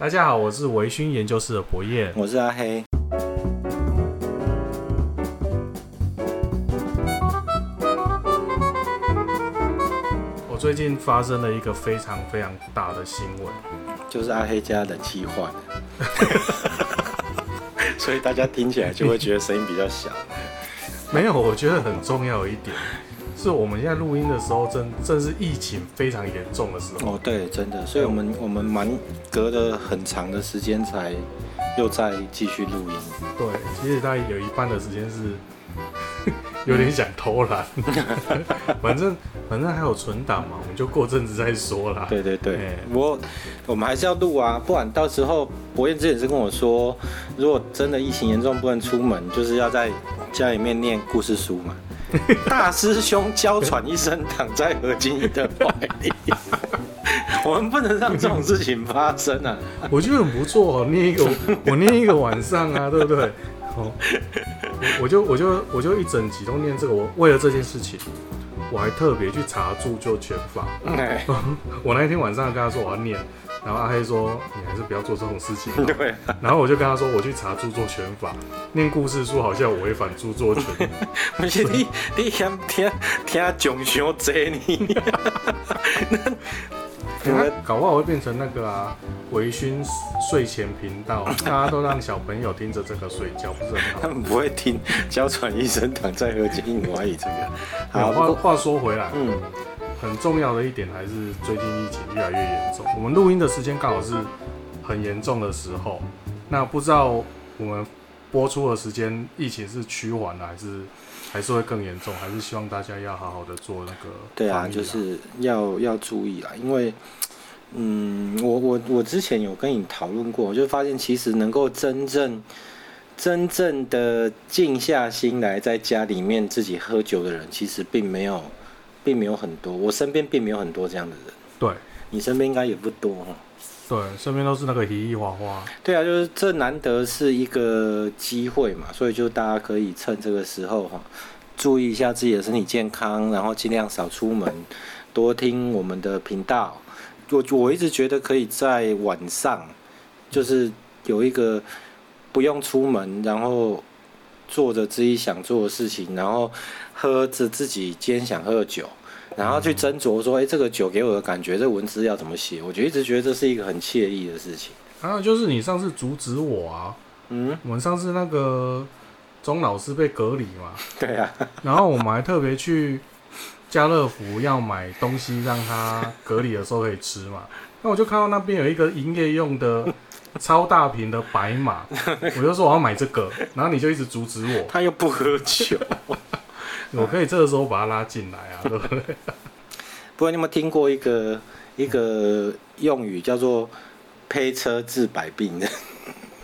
大家好，我是维勋研究室的博彦。我是阿黑。我最近发生了一个非常非常大的新闻，就是阿黑家的替 换，所以大家听起来就会觉得声音比较小。没有，我觉得很重要一点，是我们现在录音的时候正正是疫情非常严重的时候。哦，对，真的，所以我们我们蛮隔了很长的时间才又再继续录音。对，其实大概有一半的时间是 有点想偷懒，反正反正还有存档嘛，我们就过阵子再说啦。对对对哎，不过我们还是要录啊，不然到时候博彦之前是跟我说，如果真的疫情严重不能出门，就是要在家里面念故事书嘛。大师兄娇喘一声，躺在何金怡的怀里。我们不能让这种事情发生啊！我觉得很不错哦，念一个我念一个晚上啊，对不对？哦，我我就我就我就一整集都念这个，我为了这件事情，我还特别去查铸就拳法。哎，我那一天晚上跟他说我要念，然后阿黑说你还是不要做这种事 情。啊对，啊然后我就跟他说我去查著作权法，念故事书好像我违反著作 权。不是你，你嫌听听讲伤济呢？他搞不好会变成那个啊微醺睡前频道，大家都让小朋友听着这个睡觉，不是很好他。们不会听娇喘一声，躺在何金怡怀里这个。 好，好，不话过话说回来，嗯，很重要的一点还是最近疫情越来越严重。我们录音的时间刚好是很严重的时候，那不知道我们播出的时间疫情是趋缓了，还是还是会更严重？还是希望大家要好好的做那个对啊，防疫就是要要注意啦，因为，嗯，我我我之前有跟你讨论过，我就发现其实能够真正真正的静下心来，在家里面自己喝酒的人，其实并没有，并没有很多，我身边并没有很多这样的人，对你身边应该也不多哦哈。对，身边都是那个嘻嘻花花，对啊，就是这难得是一个机会嘛，所以就大家可以趁这个时候哈，注意一下自己的身体健康，然后尽量少出门，多听我们的频道。我我一直觉得可以在晚上，就是有一个不用出门，然后做着自己想做的事情，然后喝着自己今天想喝的酒，然后去斟酌说，哎、这个酒给我的感觉，这文字要怎么写？我就一直觉得这是一个很惬意的事情。然后啊就是你上次阻止我啊，嗯，我们上次那个钟老师被隔离嘛，对啊。然后我们还特别去家乐福要买东西，让他隔离的时候可以吃嘛。那我就看到那边有一个营业用的超大瓶的白马，我就说我要买这个，然后你就一直阻止我。他又不喝酒。我可以这个时候把他拉进来啊，对不对？不过你有没有听过一个一个用语叫做“胚车治百病” 的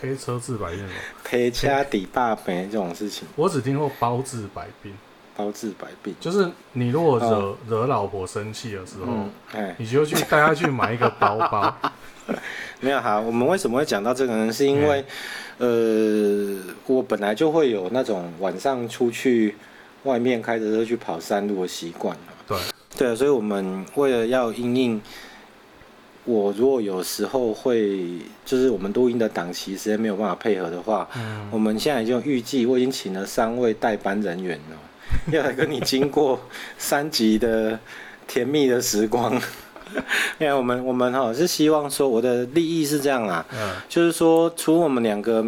黑车治百病什么？ “胚掐抵霸肥”这种事情，我只听过包治百病，包治百病。就是你如果惹、惹老婆生气的时候，哦嗯，哎，你就去带她去买一个包包。没有哈。我们为什么会讲到这个呢？是因为，呃，我本来就会有那种晚上出去外面开着车去跑山路的习惯嘛对，对，啊所以我们为了要因应，我如果有时候会，就是我们录音的档期时间没有办法配合的话，嗯，我们现在已经预计，我已经请了三位代班人员了， 要来跟你经过三集的甜蜜的时光。 因为我们我们哈是希望说，我的利益是这样啦，嗯，就是说，除我们两个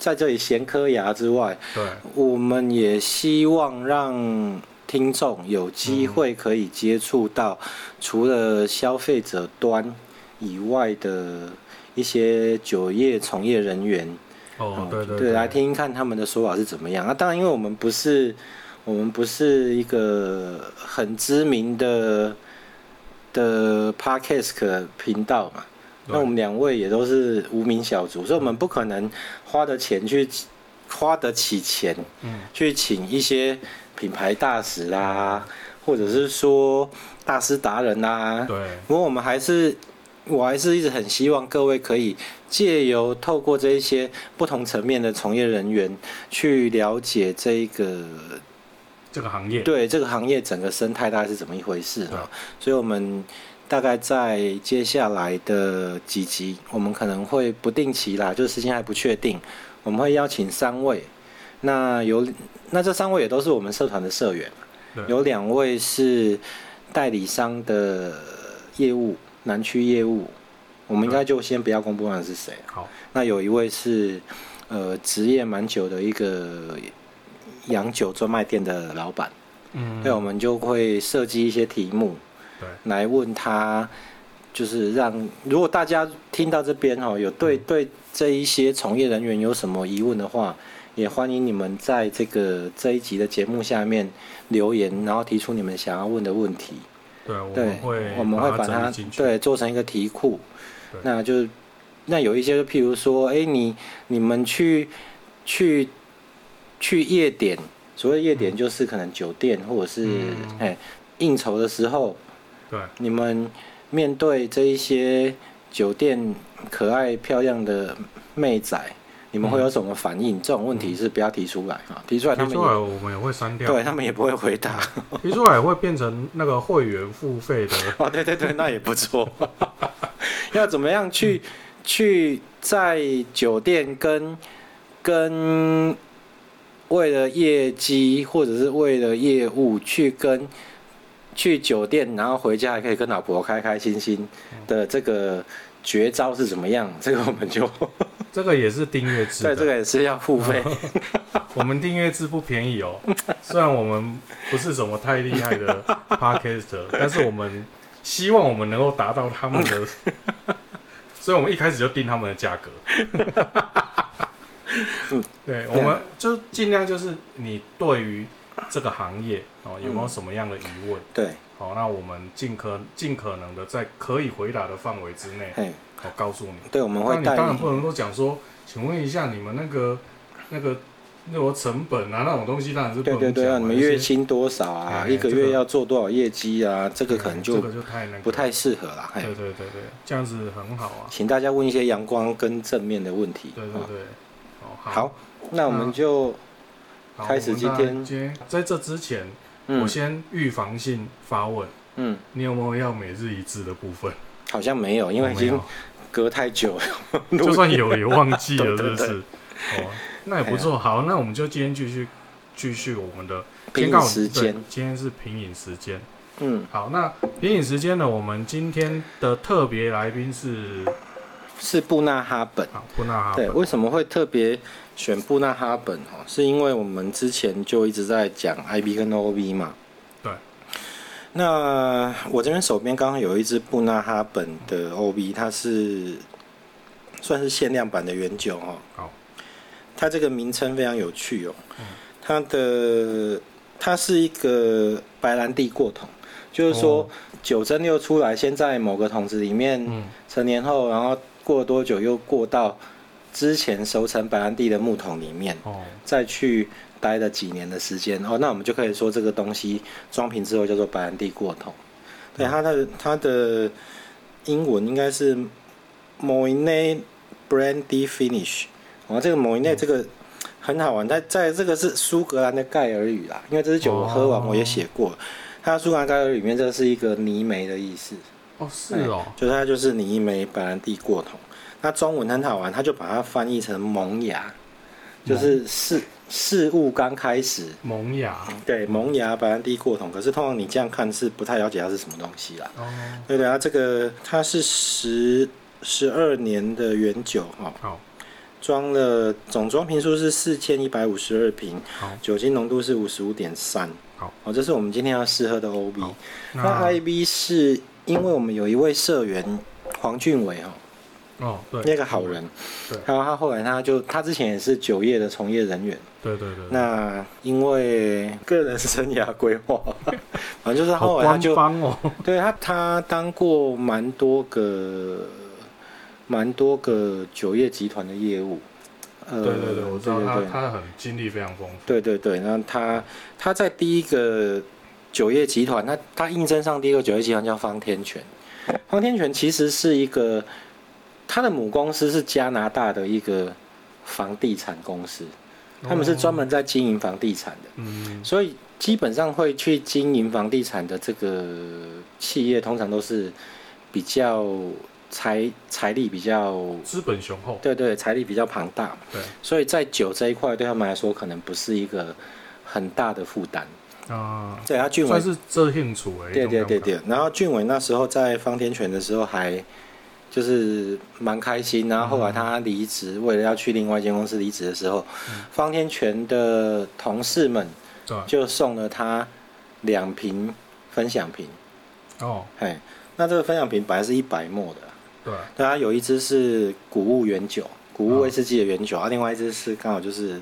在这里闲磕牙之外，对，我们也希望让听众有机会可以接触到除了消费者端以外的一些酒业从业人员。哦，对对来听听看他们的说法是怎么样。啊那、当然，因为我们不是我们不是一个很知名的的 podcast 频道嘛，对那我们两位也都是无名小卒，所以我们不可能花的钱去花得起钱嗯，去请一些品牌大使啦、或者是说大师达人啦、对，不过我们还是，我还是一直很希望各位可以借由透过这一些不同层面的从业人员，去了解这一个这个行业。对这个行业整个生态大概是怎么一回事啊。所以我们大概在接下来的几集，我们可能会不定期啦，就是时间还不确定，我们会邀请三位。那有那这三位也都是我们社团的社员对，有两位是代理商的业务，南区业务，我们应该就先不要公布那是谁。好，那有一位是呃职业蛮久的一个洋酒专卖店的老板，嗯，那我们就会设计一些题目对，来问他，就是让如果大家听到这边哦，有对对这一些从业人员有什么疑问的话，也欢迎你们在这个这一集的节目下面留言，然后提出你们想要问的问题。对，我对们，会我们会把整它理进去，对做成一个题库对，那就那有一些就譬如说，哎、你你们去去去夜点，所谓夜点就是可能酒店或者是嗯哎、应酬的时候，对你们面对这一些酒店可爱漂亮的妹仔，你们会有什么反应？这种问题是不要提出来啊，提出来他嗯提们出来也我们也会删掉，对他们也不会回答。提出来会变成那个会员付费的， 哦，对对对，那也不错。 要怎么样去去在酒店跟跟为了业绩或者是为了业务去跟去酒店，然后回家还可以跟老婆开开心心嗯的这个绝招是怎么样？这个我 们就这个也是订阅制对的，这个也是要付 费。我们订阅制不便宜哦。虽然我们不是什么太厉害 的 podcaster，但是我们希望我们能够达到他们 的，所以我们一开始就定他们的价格。嗯 对，我们就尽量就是你对于这个行业哦有没有什么样的疑问？对，好、那我们尽可尽可能的在可以回答的范围之内，哎，我、告诉你。对，我们那会你带当然不能够讲说，请问一下你们那个那个那种成本啊那种东西，当然是不对能对对啊，讲你嘛们有些月薪多少啊？哎一个这月个哎要做多少业绩啊？这个可能就这个就太那个，不太适合啦。嘿对对对对，这样子很好啊。请大家问一些阳光跟正面的问题。对对啊对，哦好，好，那我们就好开始我们大家今天今天在这之前，嗯我先预防性发问，嗯，你有没有要每日一致的部分？好像没有，因为我已哦没有经隔太久 了。录就算有也忘记了，是对对不对哎是？哦，那也不错。好，那我们就今天继续继续我们的今拼天刚好时对间今天是品饮时间。嗯，好，那品饮时间呢？我们今天的特别来宾是是布纳哈本。啊，布纳哈对，本，为什么会特别选布纳哈本哦？是因为我们之前就一直在讲 IB 跟 OB 嘛。对。那我这边手边刚刚有一支布纳哈本的 OB，它是算是限量版的原酒哦。好。它这个名称非常有趣哦。它的它是一个白兰地过桶，就是说哦酒蒸馏出来，先在某个桶子里面。嗯，成年后，然后过了多久又过到之前熟成白兰地的木桶里面，哦，再去待了几年的时间哦，那我们就可以说这个东西装瓶之后叫做白兰地过桶。对，它的它的英文应该是 Moine Brandy Finish。哦，这个 Moine 这个很好玩，在在这个是苏格兰的盖尔语啦，因为这支酒我喝完哦我也写过，它苏格兰盖尔语里面这是一个泥煤的意思。哦是哎哦，就是它就是泥煤白兰地过桶。那中文很好玩，它就把它翻译成萌芽，就是事事物刚开始。萌芽，对，萌芽白兰地过桶，可是通常你这样看是不太了解它是什么东西啦。哦，对对啊，这个它是十十二年的原酒哦，好，装了总装瓶数是四千一百五十二瓶好，酒精浓度是五十五点三。好，哦，这是我们今天要试喝的 OB。好那那 IB 是因为我们有一位社员黄俊伟哦，哦对，那个好人，对然后他后来他就他之前也是酒业的从业人员，对对对，那因为个人生涯规划， 反正就是他好后来他官就方哦，对他他当过蛮多个蛮多个酒业集团的业务，呃，对对对，我知道对他对他很经历非常丰富，对对对，那他他在第一个酒业集团，他他应征上第一个酒业集团叫方天泉。方天泉其实是一个，他的母公司是加拿大的一个房地产公司，他们是专门在经营房地产的，嗯所以基本上会去经营房地产的这个企业，通常都是比较财财力比较，资本雄厚，对对，财力比较庞大嘛，对所以在酒这一块对他们来说可能不是一个很大的负担。啊、对啊，俊伟算是这兴趣诶。对对对对，然后俊伟那时候在方天泉的时候还就是蛮开心，然后后来他离职，为了要去另外一间公司离职的时候，方天泉的同事们对就送了他两瓶分享瓶，哦嘿，那这个分享瓶本来是一百沫的，对对它有一支是谷物原酒，嗯谷物威士忌的原酒，啊，另外一支是刚好就是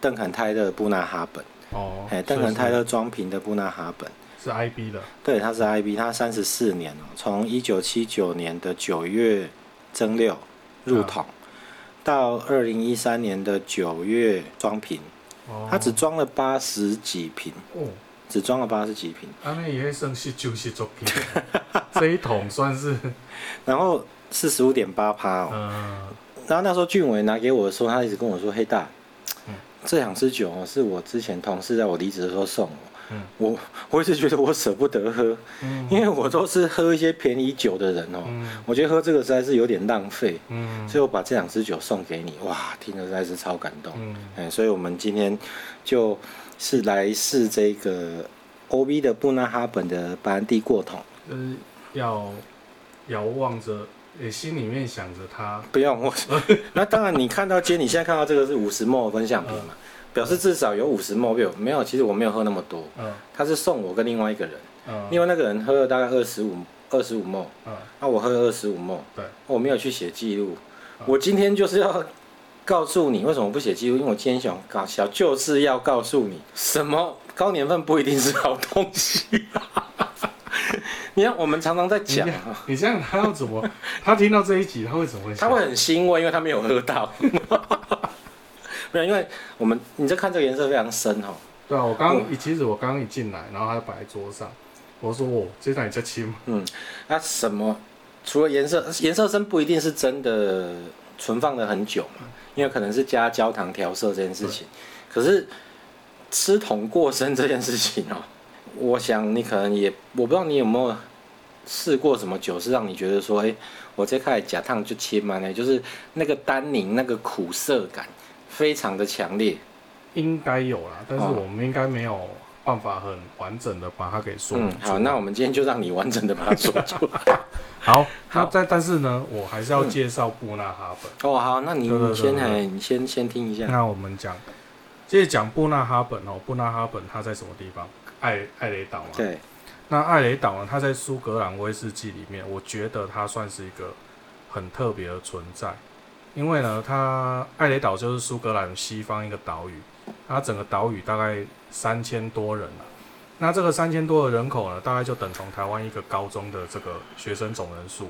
邓肯泰勒布纳哈本，哦，嘿，邓所肯以泰勒装瓶的布纳哈本。是是 IB 的对，他是嗯 IB，他三十四年哦，从一九七九年的九月蒸馏入桶，嗯到二零一三年的九月装瓶，哦，他只装了八十几瓶，哦，只装了八十几瓶，安内也算是就是作品， 这一桶算 是然后四十五点八趴哦。嗯然后那时候俊伟拿给我的时候，他一直跟我说：“黑大嗯，这两支酒哦，是我之前同事在我离职的时候送我，嗯我我一直觉得我舍不得喝，嗯因为我都是喝一些便宜酒的人哦，嗯我觉得喝这个实在是有点浪费。”嗯所以我把这两支酒送给你，哇，听着实在是超感动。嗯哎、所以我们今天就是来试这个 OB 的布纳哈本的白兰地过桶，就是要遥望着，也心里面想着他，不用我。那当然，你看到今天你现在看到这个是五十 ml 分享瓶嘛，表示至少有五十 ml 没有没有，其实我没有喝那么多，嗯他是送我跟另外一个人，嗯另外那个人喝了大概二十五二十五 ml，嗯那我喝了二十五 ml，对，我没有去写记录啊，我今天就是要告诉你为什么不写记录，因为我今天想搞笑，就是要告诉你什么高年份不一定是好东西。 你看，我们常常在讲啊你，你这样他要怎么？ 他听到这一集他会怎么 他想？会很欣慰，因为他没有喝到。 没有，因为我们你这看这个颜色非常深哦，对啊，我刚刚一其实我刚刚一进来，然后他摆在桌上，我说我这台在亲吗？那什么除了颜色，颜色深不一定是真的存放的很久嘛，因为可能是加焦糖调色这件事情。可是吃桶过深这件事情哦，我想你可能也，我不知道你有没有试过什么酒是让你觉得说，哎、我这开始假烫就切嘛呢，就是那个单宁那个苦涩感非常的强烈。应该有啦，但是哦我们应该没有办法很完整的把它给说嗯，好，那我们今天就让你完整的把它说出来。好，那好但但是呢，我还是要介绍布纳哈本。 哦，好，那你对对你对先对来，你先先听一下。那我们讲，接着讲布纳哈本哦，布纳哈本它在什么地方？艾艾雷岛嘛。对，那艾雷岛呢，它在苏格兰威士忌里面，我觉得它算是一个很特别的存在，因为呢，它艾雷岛就是苏格兰西方一个岛屿，它整个岛屿大概三千多人啊。那这个三千多的人口呢，大概就等同台湾一个高中的这个学生总人数，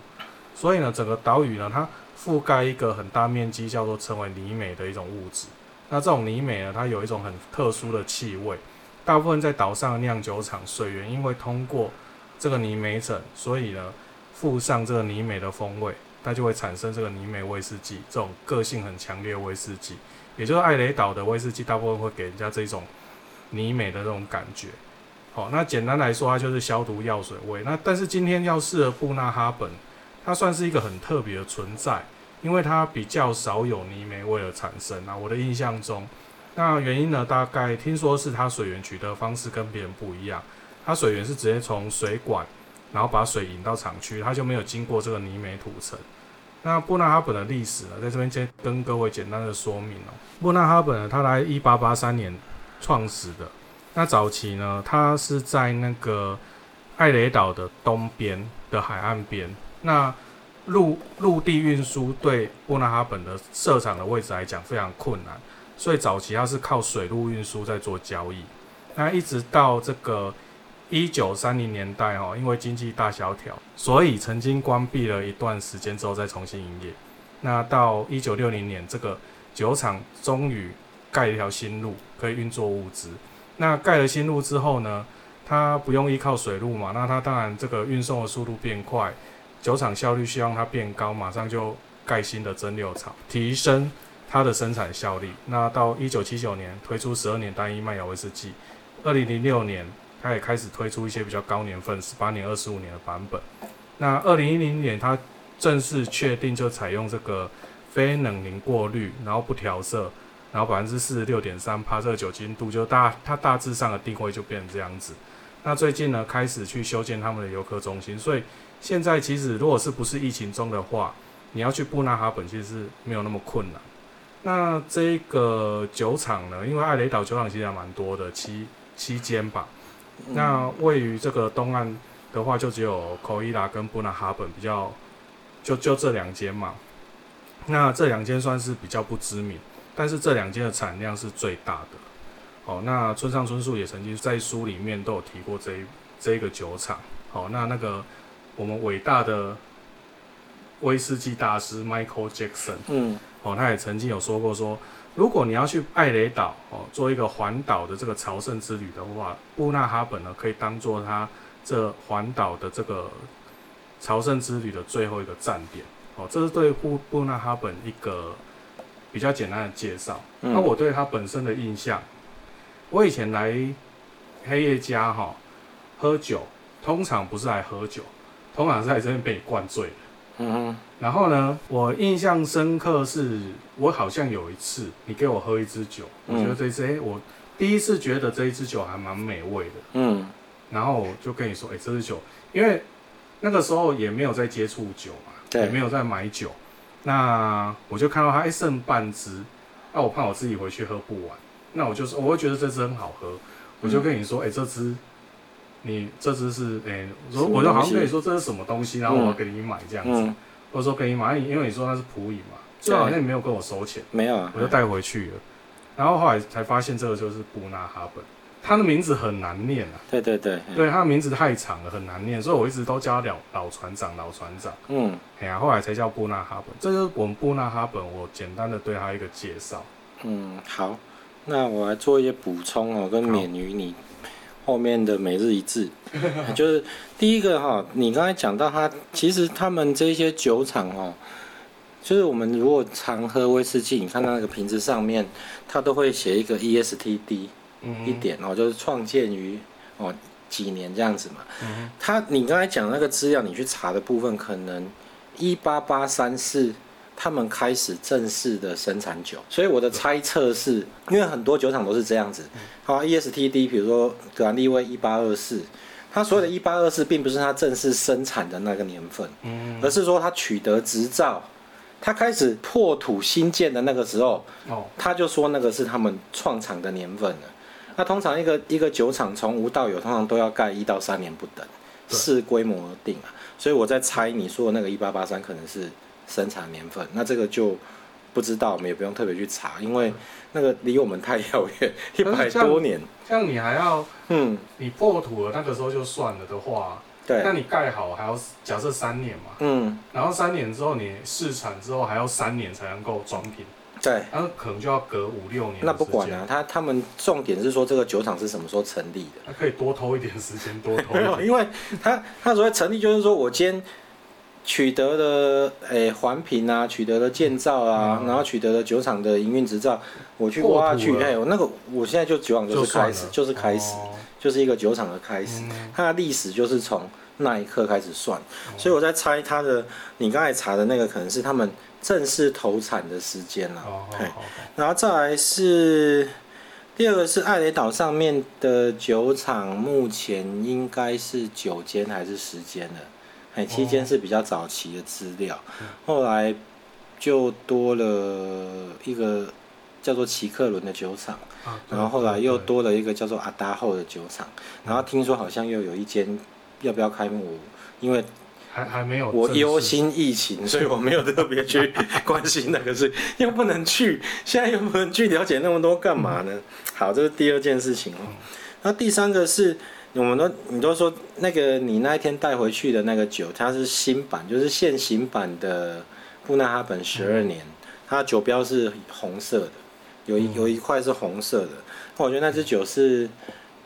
所以呢，整个岛屿呢，它覆盖一个很大面积，叫做称为泥煤的一种物质。那这种泥煤呢，它有一种很特殊的气味，大部分在岛上的酿酒厂水源，因为通过这个泥煤层，所以呢，附上这个泥煤的风味，它就会产生这个泥煤威士忌这种个性很强烈的威士忌。也就是艾雷岛的威士忌，大部分会给人家这种泥煤的这种感觉。好、那简单来说，它就是消毒药水味。那但是今天要试的布纳哈本，它算是一个很特别的存在，因为它比较少有泥煤味的产生啊。我的印象中，那原因呢，大概听说是它水源取得方式跟别人不一样，它水源是直接从水管，然后把水引到厂区，它就没有经过这个泥煤土层。那布纳哈本的历史呢，在这边先跟各位简单的说明哦。布纳哈本呢，它来一八八三年创始的。那早期呢，它是在那个艾雷岛的东边的海岸边。那陆陆地运输对布纳哈本的设厂的位置来讲非常困难，所以早期它是靠水路运输在做交易。那一直到这个一九三零年代哦，因为经济大萧条，所以曾经关闭了一段时间之后再重新营业。那到一九六零年，这个酒厂终于盖了一条新路，可以运作物资。那盖了新路之后呢，它不用依靠水路嘛，那它当然这个运送的速度变快，酒厂效率希望它变高，马上就盖新的蒸馏厂，提升它的生产效率。那到一九七九年推出十二年单一麦芽威士忌，二零零六年它也开始推出一些比较高年份十八年、二十五年的版本。那二零一零年，它正式确定就采用这个非冷凝过滤，然后不调色，然后百分之四十六点三帕这个酒精度，就大它大致上的定位就变成这样子。那最近呢，开始去修建他们的游客中心，所以现在其实如果是不是疫情中的话，你要去布纳哈本其实是没有那么困难。那这个酒厂呢，因为艾雷岛酒厂其实还蛮多的，七七间吧。那位于这个东岸的话，就只有科伊拉跟布纳哈本比较，就就这两间嘛。那这两间算是比较不知名，但是这两间的产量是最大的。哦，那村上春树也曾经在书里面都有提过这一这一个酒厂。好、那那个我们伟大的威士忌大师 Michael Jackson，嗯哦，他也曾经有说过说，如果你要去艾雷岛哦做一个环岛的这个朝圣之旅的话，布纳哈本呢可以当做他这环岛的这个朝圣之旅的最后一个站点哦，这是对布布纳哈本一个比较简单的介绍。嗯，那我对他本身的印象，我以前来黑夜家哈、喝酒，通常不是来喝酒，通常是来这边被你灌醉。嗯哼然后呢，我印象深刻是，我好像有一次你给我喝一支酒，我嗯觉得这一支，哎、我第一次觉得这一支酒还蛮美味的。嗯然后我就跟你说，哎、这支酒，因为那个时候也没有在接触酒嘛，对也没有在买酒，那我就看到它哎剩半支，那、我怕我自己回去喝不完，那我就说，我会觉得这支很好喝，我就跟你说，哎、这支。你这支是哎，我、说什么我就好东像西跟你说这是什么东西，然后我要给你买这样子，嗯，我说可以吗？因为你说那是普饮嘛，对最好像你没有跟我收钱，没有啊我，就带回去了。然后后来才发现这个就是布纳哈本，他的名字很难念啊，对对对，嗯对，他的名字太长了，很难念，所以我一直都叫他老老船长，老船长。嗯哎呀、后来才叫布纳哈本，这就是我们布纳哈本，我简单的对他一个介绍。嗯好，那我来做一些补充哦，跟好免于你后面的每日 一致，就是第一个哈、你刚才讲到它，其实他们这些酒厂哦。就是我们如果常喝威士忌，你看到那个瓶子上面，它都会写一个 E ESTD，嗯一，点哦，就是创建于哦几年这样子嘛。嗯它你刚才讲那个资料，你去查的部分，可能一八八三四他们开始正式的生产酒，所以我的猜测是，因为很多酒厂都是这样子，好，E ESTD，比如说格兰利威一八二四，它所有的一八二四并不是它正式生产的那个年份，嗯，而是说它取得执照，它开始破土新建的那个时候，哦，他就说那个是他们创厂的年份了。那通常一个一个酒厂从无到有，通常都要盖一到三年不等，对视规模而定啊。所以我在猜你说的那个一八八三可能是生产年份，那这个就不知道，我们也不用特别去查，因为那个离我们太遥远，一百多年。嗯像你还要嗯，你破土了，那个时候就算了的话，那对，你盖好还要假设三年嘛，嗯，然后三年之后你试产之后还要三年才能够装瓶。对。然后可能就要隔五六年。那不管，啊，他他们重点是说这个酒厂是什么时候成立的。那可以多偷一点时间，多偷没一 有，点。因为他他所谓成立，就是说我今天取得了诶环评啊，取得了建造啊，嗯然后取得了酒厂的营运执照，我去破土挖去，了哎，我那个我现在就酒厂就是算开了始，就是开始，哦就是一个酒厂的开始。嗯它的历史就是从那一刻开始算，哦所以我在猜它的你刚才查的那个可能是他们正式投产的时间啦、好好嘿好，然后再来是第二个是艾雷岛上面的酒厂，目前应该是九间还是十间了？哎，七间是比较早期的资料，后来就多了一个叫做奇克伦的酒厂，好啊对然后后来又对多了一个叫做阿达后的酒厂，然后听说好像又有一间要不要开幕？因为还还没有，我忧，心疫情，所以我没有特别去关心那个事， 又不能去，现在又不能去了解那么多干嘛呢？好，这是第二件事情哦。那第三个是，我们都你都说那个你那一天带回去的那个酒，它是新版，就是现行版的布纳哈本十二年，它酒标是红色的，有一有一块是红色的。那我觉得那支酒是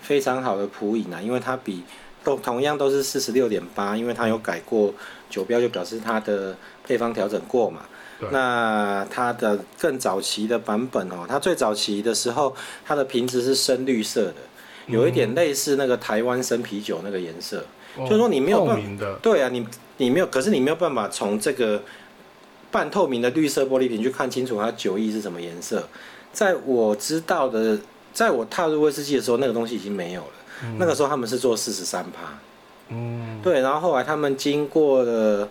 非常好的普饮啊，因为它比都同样都是四十六点八，因为它有改过酒标，就表示它的配方调整过嘛对。那它的更早期的版本哦，它最早期的时候，它的瓶子是深绿色的，有一点类似那个台湾生啤酒那个颜色。哦就是说你没有透办明的，对啊，你你没有，可是你没有办法从这个半透明的绿色玻璃瓶去看清楚它酒意是什么颜色。在我知道的，在我踏入威士忌的时候，那个东西已经没有了。嗯那个时候他们是做四十三趴，嗯，对，然后后来他们经过了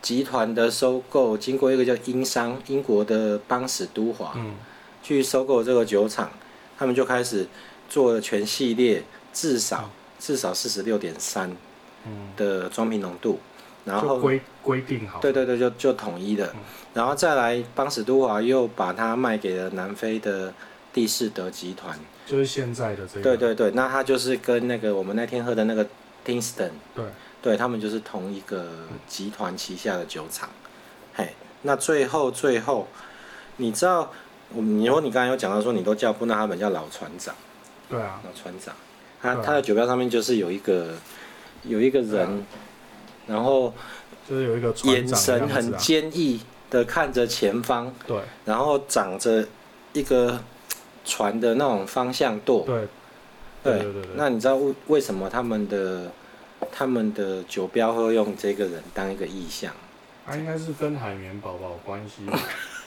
集团的收购，经过一个叫英商英国的邦史都华嗯去收购这个酒厂，他们就开始做了全系列至少至少四十六点三嗯，的装瓶浓度，然就后规规定好，对对对，就就统一的嗯，然后再来邦史都华又把它卖给了南非的第士德集团，就是现在的这个，对对对，那它就是跟那个我们那天喝的那个 Tinston。对，对他们就是同一个集团旗下的酒厂。嘿，那最后最后，你知道，我你说你刚才有讲到说你都叫不那他们叫老船长，对啊，老船长，他对啊他的酒标上面就是有一个有一个人，然后就是有一个船眼长神这样子很啊，坚毅的看着前方，对然后长着一个船的那种方向舵。对对对对对对，那你知道为为什么他们的他们的酒标会用这个人当一个意象？？他应该是跟海绵宝宝有关系吧，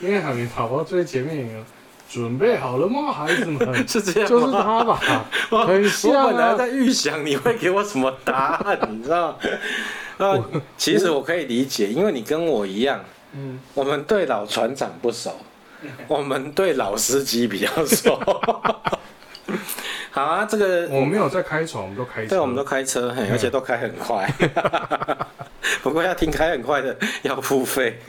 因为海绵宝宝最前面有准备好了吗，孩子们是 这就是吗他吧， 我很像我本来啊。在预想你会给我什么答案，你知 道吗？那其实我可以理解，因为你跟我一样，嗯，我们对老船长不熟，我们对老司机比较熟。 好啊，这个我没有在开船，我们都开车。嗯对，我们都开车，嘿，而且都开很 快。不过要听开很快的要付 费。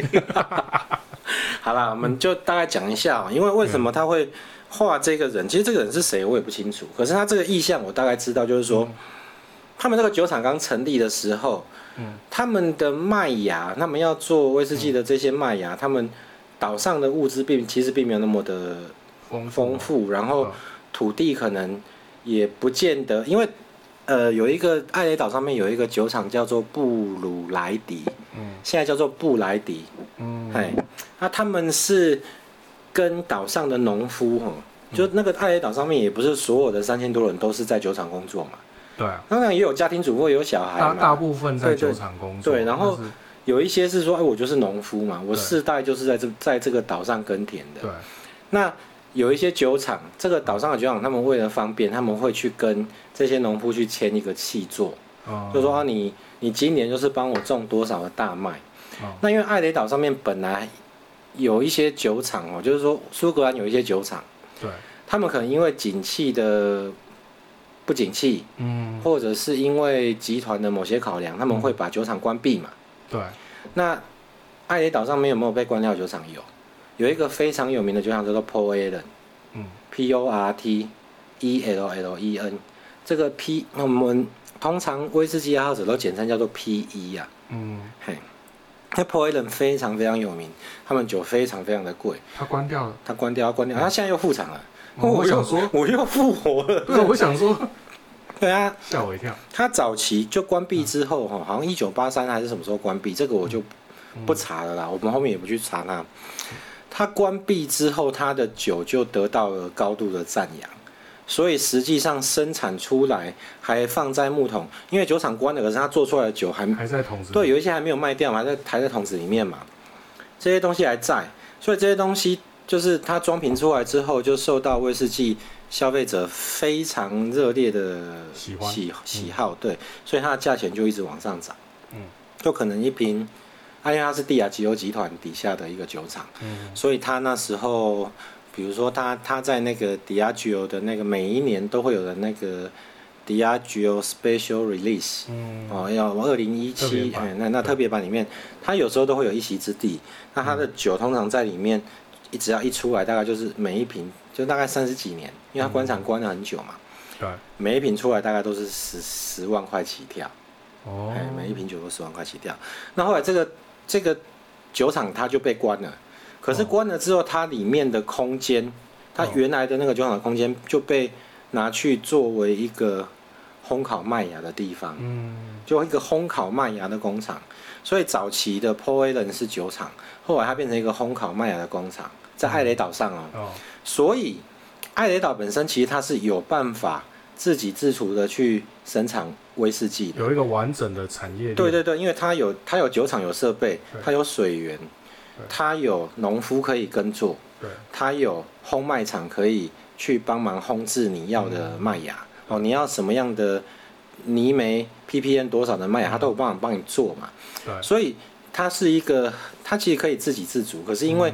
好啦，我们就大概讲一下、哦，因为为什么他会画这个人？其实这个人是谁我也不清楚，可是他这个意向我大概知道，就是说、他们这个酒厂刚成立的时候，嗯他们的麦芽，他们要做威士忌的这些麦芽，嗯他们岛上的物资并其实并没有那么的丰丰富，然后嗯土地可能也不见得，因为呃有一个爱雷岛上面有一个酒厂叫做布鲁莱迪，嗯现在叫做布莱迪，嗯哎、那他们是跟岛上的农夫哈。嗯就那个爱雷岛上面也不是所有的三千多人都是在酒厂工作嘛，对啊，当然也有家庭主妇，也有小孩大大嘛，部分在对对酒厂工作。对然后但是有一些是说，哎，我就是农夫嘛，我对世代就是在这在这个岛上耕田的。对，那有一些酒厂，这个岛上的酒厂，他们为了方便，他们会去跟这些农夫去签一个契作，嗯就说啊，你你今年就是帮我种多少的大麦。嗯那因为艾雷岛上面本来有一些酒厂哦，就是说苏格兰有一些酒厂，对，他们可能因为景气的不景气，嗯或者是因为集团的某些考量，他们会把酒厂关闭嘛。对，那艾雷岛上面有没有被关掉的酒厂？有，有一个非常有名的酒厂叫做 Paul Allen。嗯 P U R T E L L E N，这个 P 那我们通常威士忌爱好者都简称叫做 P E 啊，嗯，嘿，那 p o i l e n 非常非常有名，他们酒非常非常的贵，他关掉 了。他关掉，他关掉，他现在又复产了，哦我又想说，我又复活了，对，我想说，对啊，吓我一跳。他早期就关闭之后哈，好像一九八三还是什么时候关闭，这个我就不查了啦，我们后面也不去查它。它关闭之后，它的酒就得到了高度的赞扬，所以实际上生产出来还放在木桶，因为酒厂关了，可是它做出来的酒还还在同时对，有一些还没有卖掉嘛，还在还在桶子里面嘛，这些东西还在，所以这些东西就是它装瓶出来之后，就受到威士忌消费者非常热烈的喜欢喜喜好，对，所以它的价钱就一直往上涨，嗯，就可能一瓶，啊因为它是帝亚吉欧集团底下的一个酒厂，嗯所以他那时候，比如说他他在那个 Diageo 的那个每一年都会有的那个 Diageo Special Release，嗯哦，要二零一特别七，版哎，那那特别版里面，它有时候都会有一席之地。那它嗯的酒通常在里面，一只要一出来，大概就是每一瓶就大概三十几年，因为它官场关了很久嘛，对，每一瓶出来大概都是十十万块起跳，哦哎，，每一瓶酒都十万块起跳。那后来这个这个酒厂它就被关了，可是哦关了之后，它里面的空间，它哦原来的那个酒厂的空间就被拿去作为一个烘烤麦芽的地方。嗯就一个烘烤麦芽的工厂。所以早期的 p o l a n 是酒厂，后来它变成一个烘烤麦芽的工厂，在艾雷岛上哦。哦，所以艾雷岛本身其实它是有办法自给自足的去生产威士忌的。有一个完整的产业链。对对对，因为它有它有酒厂有设备对，它有水源，它有农夫可以耕作，对它有烘麦厂可以去帮忙烘制你要嗯的麦芽。哦，你要什么样的泥煤 ppm 多少的嗯麦芽，它都有办法帮你做嘛。对所以它是一个，它其实可以自给自足，可是因为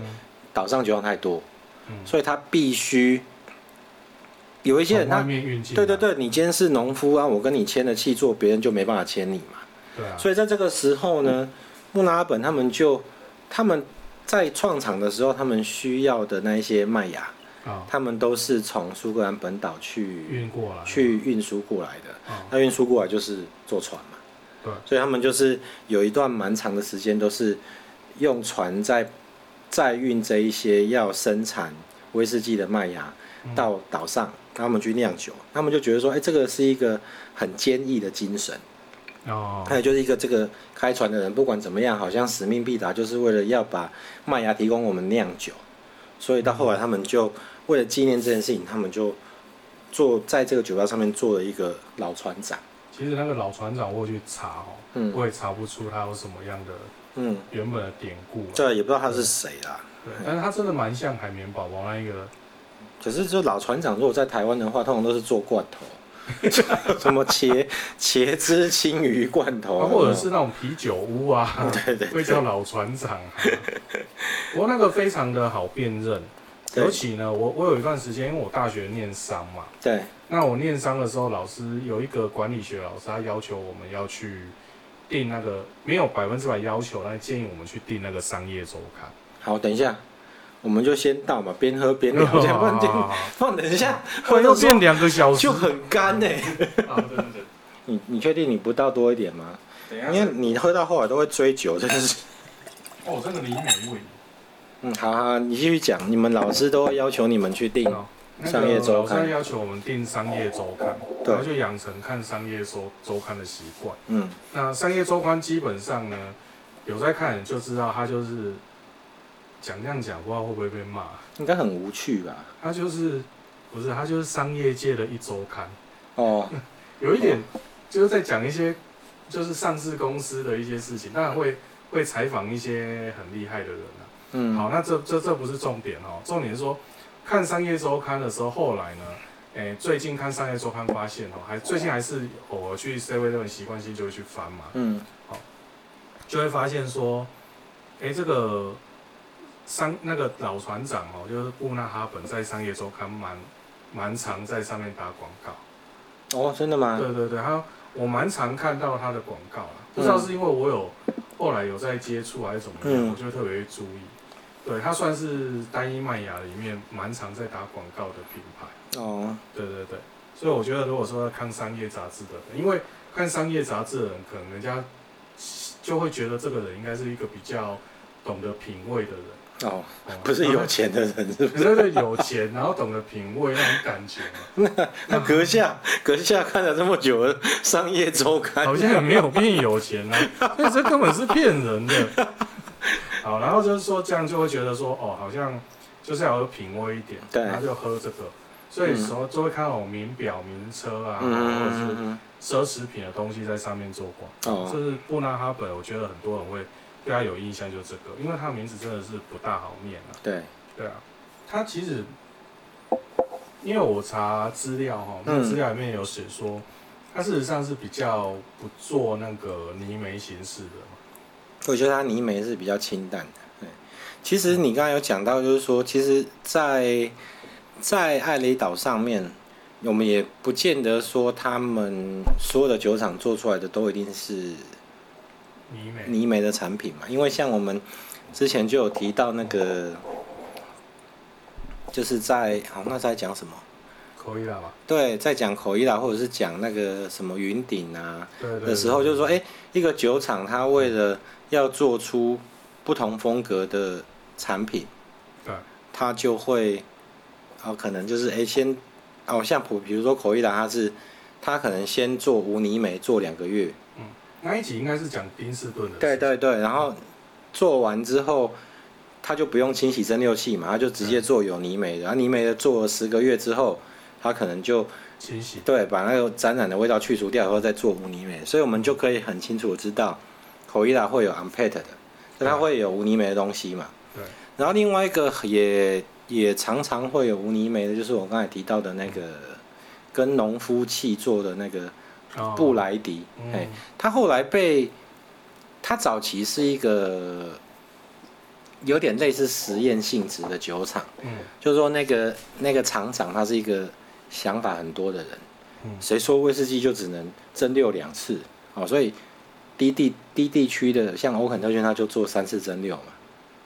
岛上酒厂太多，嗯所以它必须有一些人从外他。面啊运进来，对对对，你今天是农夫啊，我跟你签了契作，别人就没办法签你嘛。对啊，所以在这个时候呢，穆拉尔本他们就他们在创厂的时候，他们需要的那一些麦芽，啊，他们都是从苏格兰本岛去运过来，去运输过来的。啊，那运输过来就是坐船嘛，对，所以他们就是有一段蛮长的时间都是用船在载运这一些要生产威士忌的麦芽嗯到岛上，他们去酿酒。他们就觉得说，哎、这个是一个很坚毅的精神。哦，还有就是一个这个开船的人，不管怎么样，好像使命必达，就是为了要把麦芽提供我们酿酒。所以到后来，他们就为了纪念这件事情，他们就做在这个酒吧上面做了一个老船长。其实那个老船长我有去查哦，嗯我也查不出他有什么样的嗯，原本的典故啊，这也不知道他是谁啦。对，但是他真的蛮像海绵宝宝那一个，可是就老船长，如果在台湾的话，通常都是做罐头， 什么茄茄汁青鱼罐头，啊或者是那种啤酒屋啊，哦 对对会叫老船长 啊。不过那个非常的好辨认，对尤其呢，我我有一段时间，因为我大学念商嘛，对那我念商的时候，老师有一个管理学老师，他要求我们要去订那个没有百分之百要求，但建议我们去订那个商业周 刊。好，等一下，我们就先到嘛，边喝边聊， 这样不然等不然等一下，我观众又说变两个小时就很干呢、啊！对对对，你你确定你不倒多一点吗？等因为你喝到后来都会追酒，真的是。 哦，真的离美味。嗯，好好，你继续讲。你们老师都会要求你们去订，哦商业周刊那个老师要求我们订商业周刊，对然后就养成看商业周周刊的习惯。嗯，那商业周刊基本上呢，有在看人就知道，它就是讲这样讲，不知道会不会被骂。应该很无趣吧？它就是不是它就是商业界的一周刊，哦，有一点就是在讲一些就是上市公司的一些事情，当然会会采访一些很厉害的人啊。嗯，好，那这这这不是重点哦，重点是说看商业周刊的时候，后来呢，诶、最近看商业周刊发现哦，还最近还是偶尔去 C 位那种习惯性就会去翻嘛，嗯，就会发现说，诶、这个商那个老船长哦，就是布纳哈本在商业周刊蛮蛮常在上面打广告，哦，真的吗？对对对，他我蛮常看到他的广告啦，嗯不知道是因为我有后来有在接触还是怎么样，嗯我就特别注意。对，它算是单一麦芽里面蛮常在打广告的品牌。哦，对对对，所以我觉得如果说要看商业杂志的人，因为看商业杂志的人，可能人家就会觉得这个人应该是一个比较懂得品味的人。哦，哦不是有钱的人 是不是？对对，有钱，然后懂得品味那种感觉嘛，那阁下，阁下看了这么久的商业周 刊，好像也没有变有钱啊， 所以这根本是骗人的。好，然后就是说这样就会觉得说，哦，好像就是要有品味一点，对然后就喝这个，所以时候就会看到有名表、名车啊，或者是嗯，奢侈品的东西在上面做广告。哦，这是布纳哈本，我觉得很多人会对他有印象，就是这个，因为他的名字真的是不大好念啊。对，对啊，他其实因为我查资料哈，那嗯资料里面有写说，他事实上是比较不做那个泥煤形式的嘛。我觉得它泥煤是比较清淡的。对，其实你刚才有讲到，就是说，其实在，在艾雷岛上面，我们也不见得说他们所有的酒厂做出来的都一定是泥煤，泥煤的产品嘛，因为像我们之前就有提到那个，就是在好那是在讲什么？可以了吧？对，在讲口译啦，或者是讲那个什么云顶啊，对对的时候，就是说，哎、一个酒厂它为了要做出不同风格的产品，对，它就会，哦，可能就是哎、诶先，哦，像普，比如说口一达，它是它可能先做无泥煤做两个月，那一集应该是讲丁士顿的。对，对对，然嗯后做完之后。啊它就不用清洗蒸馏器嘛，它就直接做有泥煤的。然后泥煤的做了十个月之后，它可能就清洗。对把那个沾染的味道去除掉以后再做无泥酶，所以我们就可以很清楚地知道口依达会有 unpet 的，就它会有无泥酶的东西嘛。对，然后另外一个也也常常会有无泥酶的，就是我刚才提到的那个跟农夫气做的那个哦布莱迪，嗯哎、他后来被他早期是一个有点类似实验性质的酒厂，嗯就是说那个那个厂长他是一个想法很多的人，嗯谁说威士忌就只能蒸馏两次？哦，所以低地低地区的像欧肯特圈，他就做三次蒸馏嘛，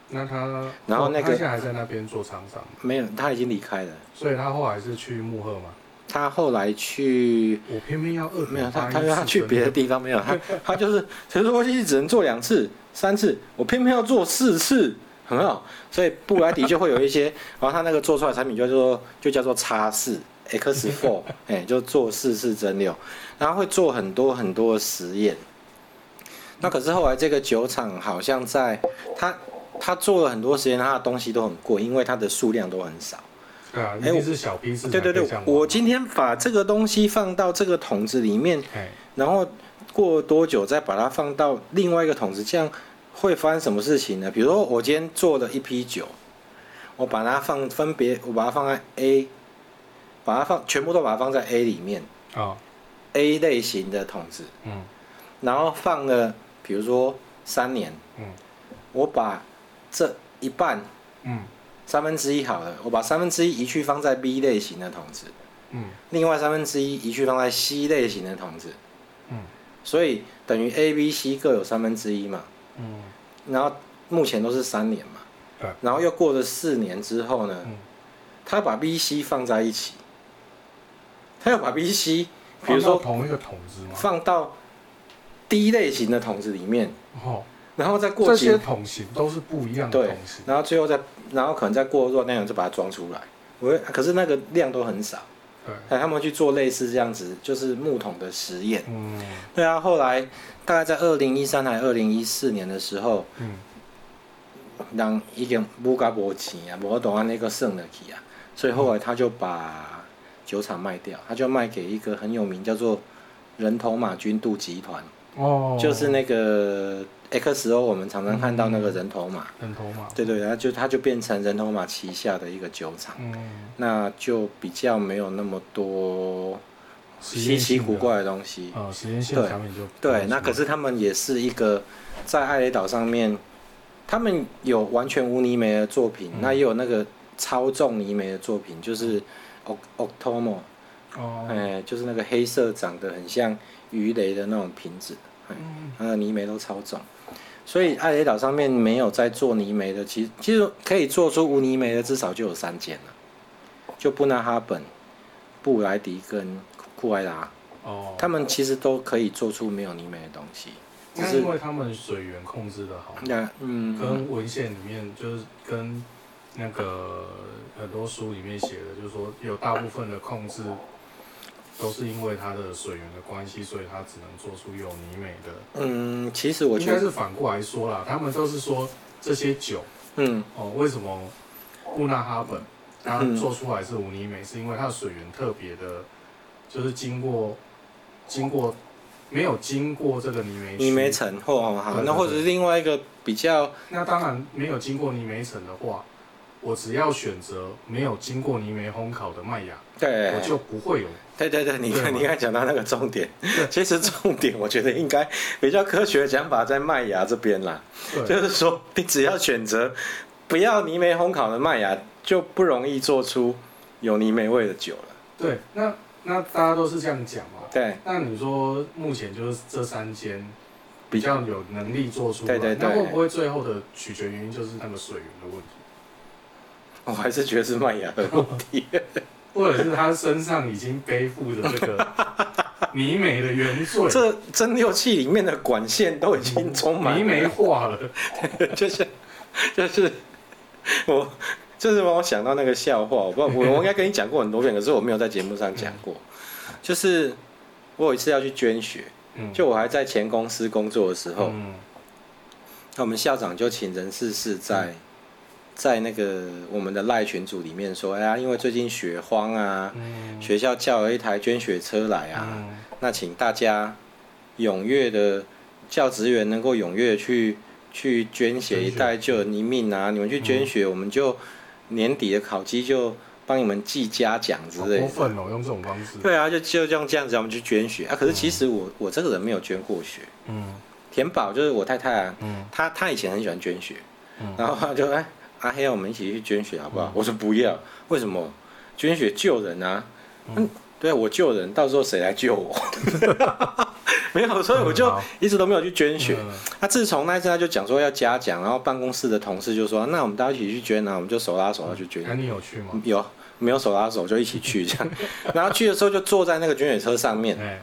那他，哦然后那个他现在还在那边做厂长，没有他已经离开了，所以他后来是去幕后嘛。他后来去我偏偏要二没有，他1他说他去别的地方没有，他他就是所以说西只能做两次、三次，我偏偏要做四次，很好。所以布莱迪就会有一些，然后他那个做出来的产品就叫做就叫做叉四 X Four，哎，就做四次蒸馏，然后会做很多很多的实验。那可是后来这个酒厂好像在他他做了很多实验，他的东西都很贵，因为它的数量都很少。对啊，一哎我定是小批次才对对可对以这样，玩。我今天把这个东西放到这个桶子里面。哎，然后过多久再把它放到另外一个桶子，这样会发生什么事情呢？比如说我今天做了一批酒，我把它放分别，我把它放在 A，把它放全部都把它放在 A 里面哦， A 类型的桶子，嗯然后放了比如说三年，嗯我把这一半嗯三分之一好了，我把三分之一移去放在 B 类型的桶子，嗯另外三分之一移去放在 C 类型的桶子，嗯所以等于 A、B、C 各有三分之一嘛。嗯，然后目前都是三年嘛，对，然后又过了四年之后呢，嗯，他把 B、C 放在一起，他又把 B、C，比如放说到同一个桶子嘛，放到 D 类型的桶子里面，哦，然后再过这几些桶型都是不一样的对桶型，，然后最后再，然后可能再过若干年就把它装出来。我会可是那个量都很少，对，哎，他们去做类似这样子，就是木桶的实验。嗯对啊，后来大概在二零一三还二零一四年的时候，嗯人已经无甲无钱啊，无懂安尼个算落去啊，所以后来他就把酒厂卖掉，他就卖给一个很有名叫做人头马军渡集团，哦，就是那个 XO 我们常常看到那个人头马，人头马，对对，然后就他就变成人头马旗下的一个酒厂，嗯，那就比较没有那么多实稀验奇性的古，怪的东西。呃，实验性的对产品就对，那可是他们也是一个在艾雷岛上面，他们有完全无泥煤的作品，嗯那也有那个超重泥煤的作品，就是 O Octomo，哎、嗯哦，就是那个黑色长得很像鱼雷的那种瓶子，哎、嗯那个泥煤都超重。所以艾雷岛上面没有在做泥煤的，其实其实可以做出无泥煤的，至少就有三间了，就布纳哈本、布莱迪跟库埃拉。哦，他们其实都可以做出没有泥煤的东西，只那是因为他们水源控制的好，那嗯，跟文献里面就是跟那个很多书里面写的，就是说有大部分的控制都是因为它的水源的关系，所以它只能做出有泥美的。嗯，其实我应觉该得，是反过来说啦，他们都是说这些酒嗯，哦，为什么布纳哈本它嗯做出来是无泥美，是因为它的水源特别的，就是经过经过没有经过这个泥煤区泥煤层或哦好，对那对或者是另外一个比较，那当然没有经过泥煤层的话，我只要选择没有经过泥煤烘烤的麦芽，对我，就不会有。对对对，你对看嘛你看讲到那个重点，其实重点我觉得应该比较科学的讲法在麦芽这边啦，对就是说你只要选择不要泥煤烘烤的麦芽，就不容易做出有泥煤味的酒了，对，那那大家都是这样讲嘛。对，那你说目前就是这三间比较有能力做出来，对对对那会不会最后的取决原因就是那个水源的问题，哦我还是觉得是麦芽的问题。或者是他身上已经背负着这个 泥煤的原罪？这蒸馏器里面的管线都已经充满泥煤化了，就是就是我就是让我想到那个笑话，我不知道我我应该跟你讲过很多遍，可是我没有在节目上讲过。就是我有一次要去捐血，嗯，就我还在前公司工作的时候，嗯那我们校长就请人事室在在那个我们的赖群组里面说，哎呀，因为最近雪荒啊，嗯学校叫了一台捐血车来啊，嗯那请大家踊跃的教职员能够踊跃地去去捐血，捐血一袋救人一命啊！你们去捐血，我们就年底的考绩就帮你们寄嘉奖之好类过的。分哦，用这种方式，对啊，就就用这样子，我们去捐血啊。可是其实我我这个人没有捐过血，嗯田宝就是我太太啊，嗯她她以前很喜欢捐血，嗯然后她就哎阿黑啊，我们一起去捐血好不好？我说不要，为什么？捐血救人啊，嗯，对啊我救人，到时候谁来救我？ 没有，所以嗯我就好一直都没有去捐血。嗯那、自从那一次，他就讲说要嘉奖，然后办公室的同事就说，那我们大家一起去捐啊，我们就手拉手要去捐。那你有去吗？有没有手拉手就一起去这样， 然后去的时候就坐在那个捐血车上面，哎，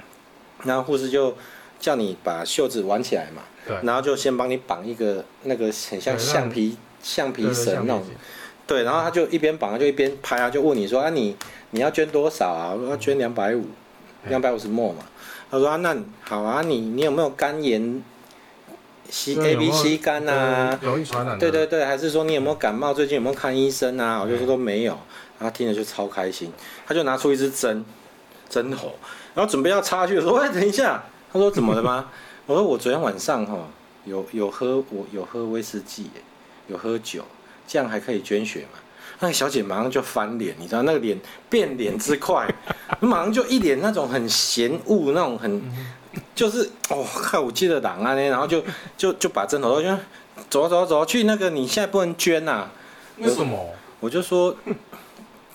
然后护士就叫你把袖子挽起来嘛，对，然后就先帮你绑一个那个很对像让橡皮橡皮对绳那种，，对对，然后他就一边绑，他就一边拍啊，就问你说啊你你要捐多少啊？我说要捐两百五，嗯两百五十墨嘛。他说啊那好啊，你你有没有肝炎像橡皮？C A 筋 B C 肝啊？，对容易传染的，对对对，还是说你有没有感冒？最近有没有看医生啊？我就说都没有，然后听着就超开心，他就拿出一支针，针头，然后准备要插下去的时候，喂，等一下，他说怎么了吗？ 我说我昨天晚上哈有有喝我有喝威士忌耶，有喝酒，这样还可以捐血嘛？那个小姐马上就翻脸，你知道那个脸变脸之快，马上就一脸那种很嫌恶那种很，就是哦，看我记得档案呢，然后就就就把针头就走啊走啊走啊去那个你现在不能捐呐、为什么？我就说，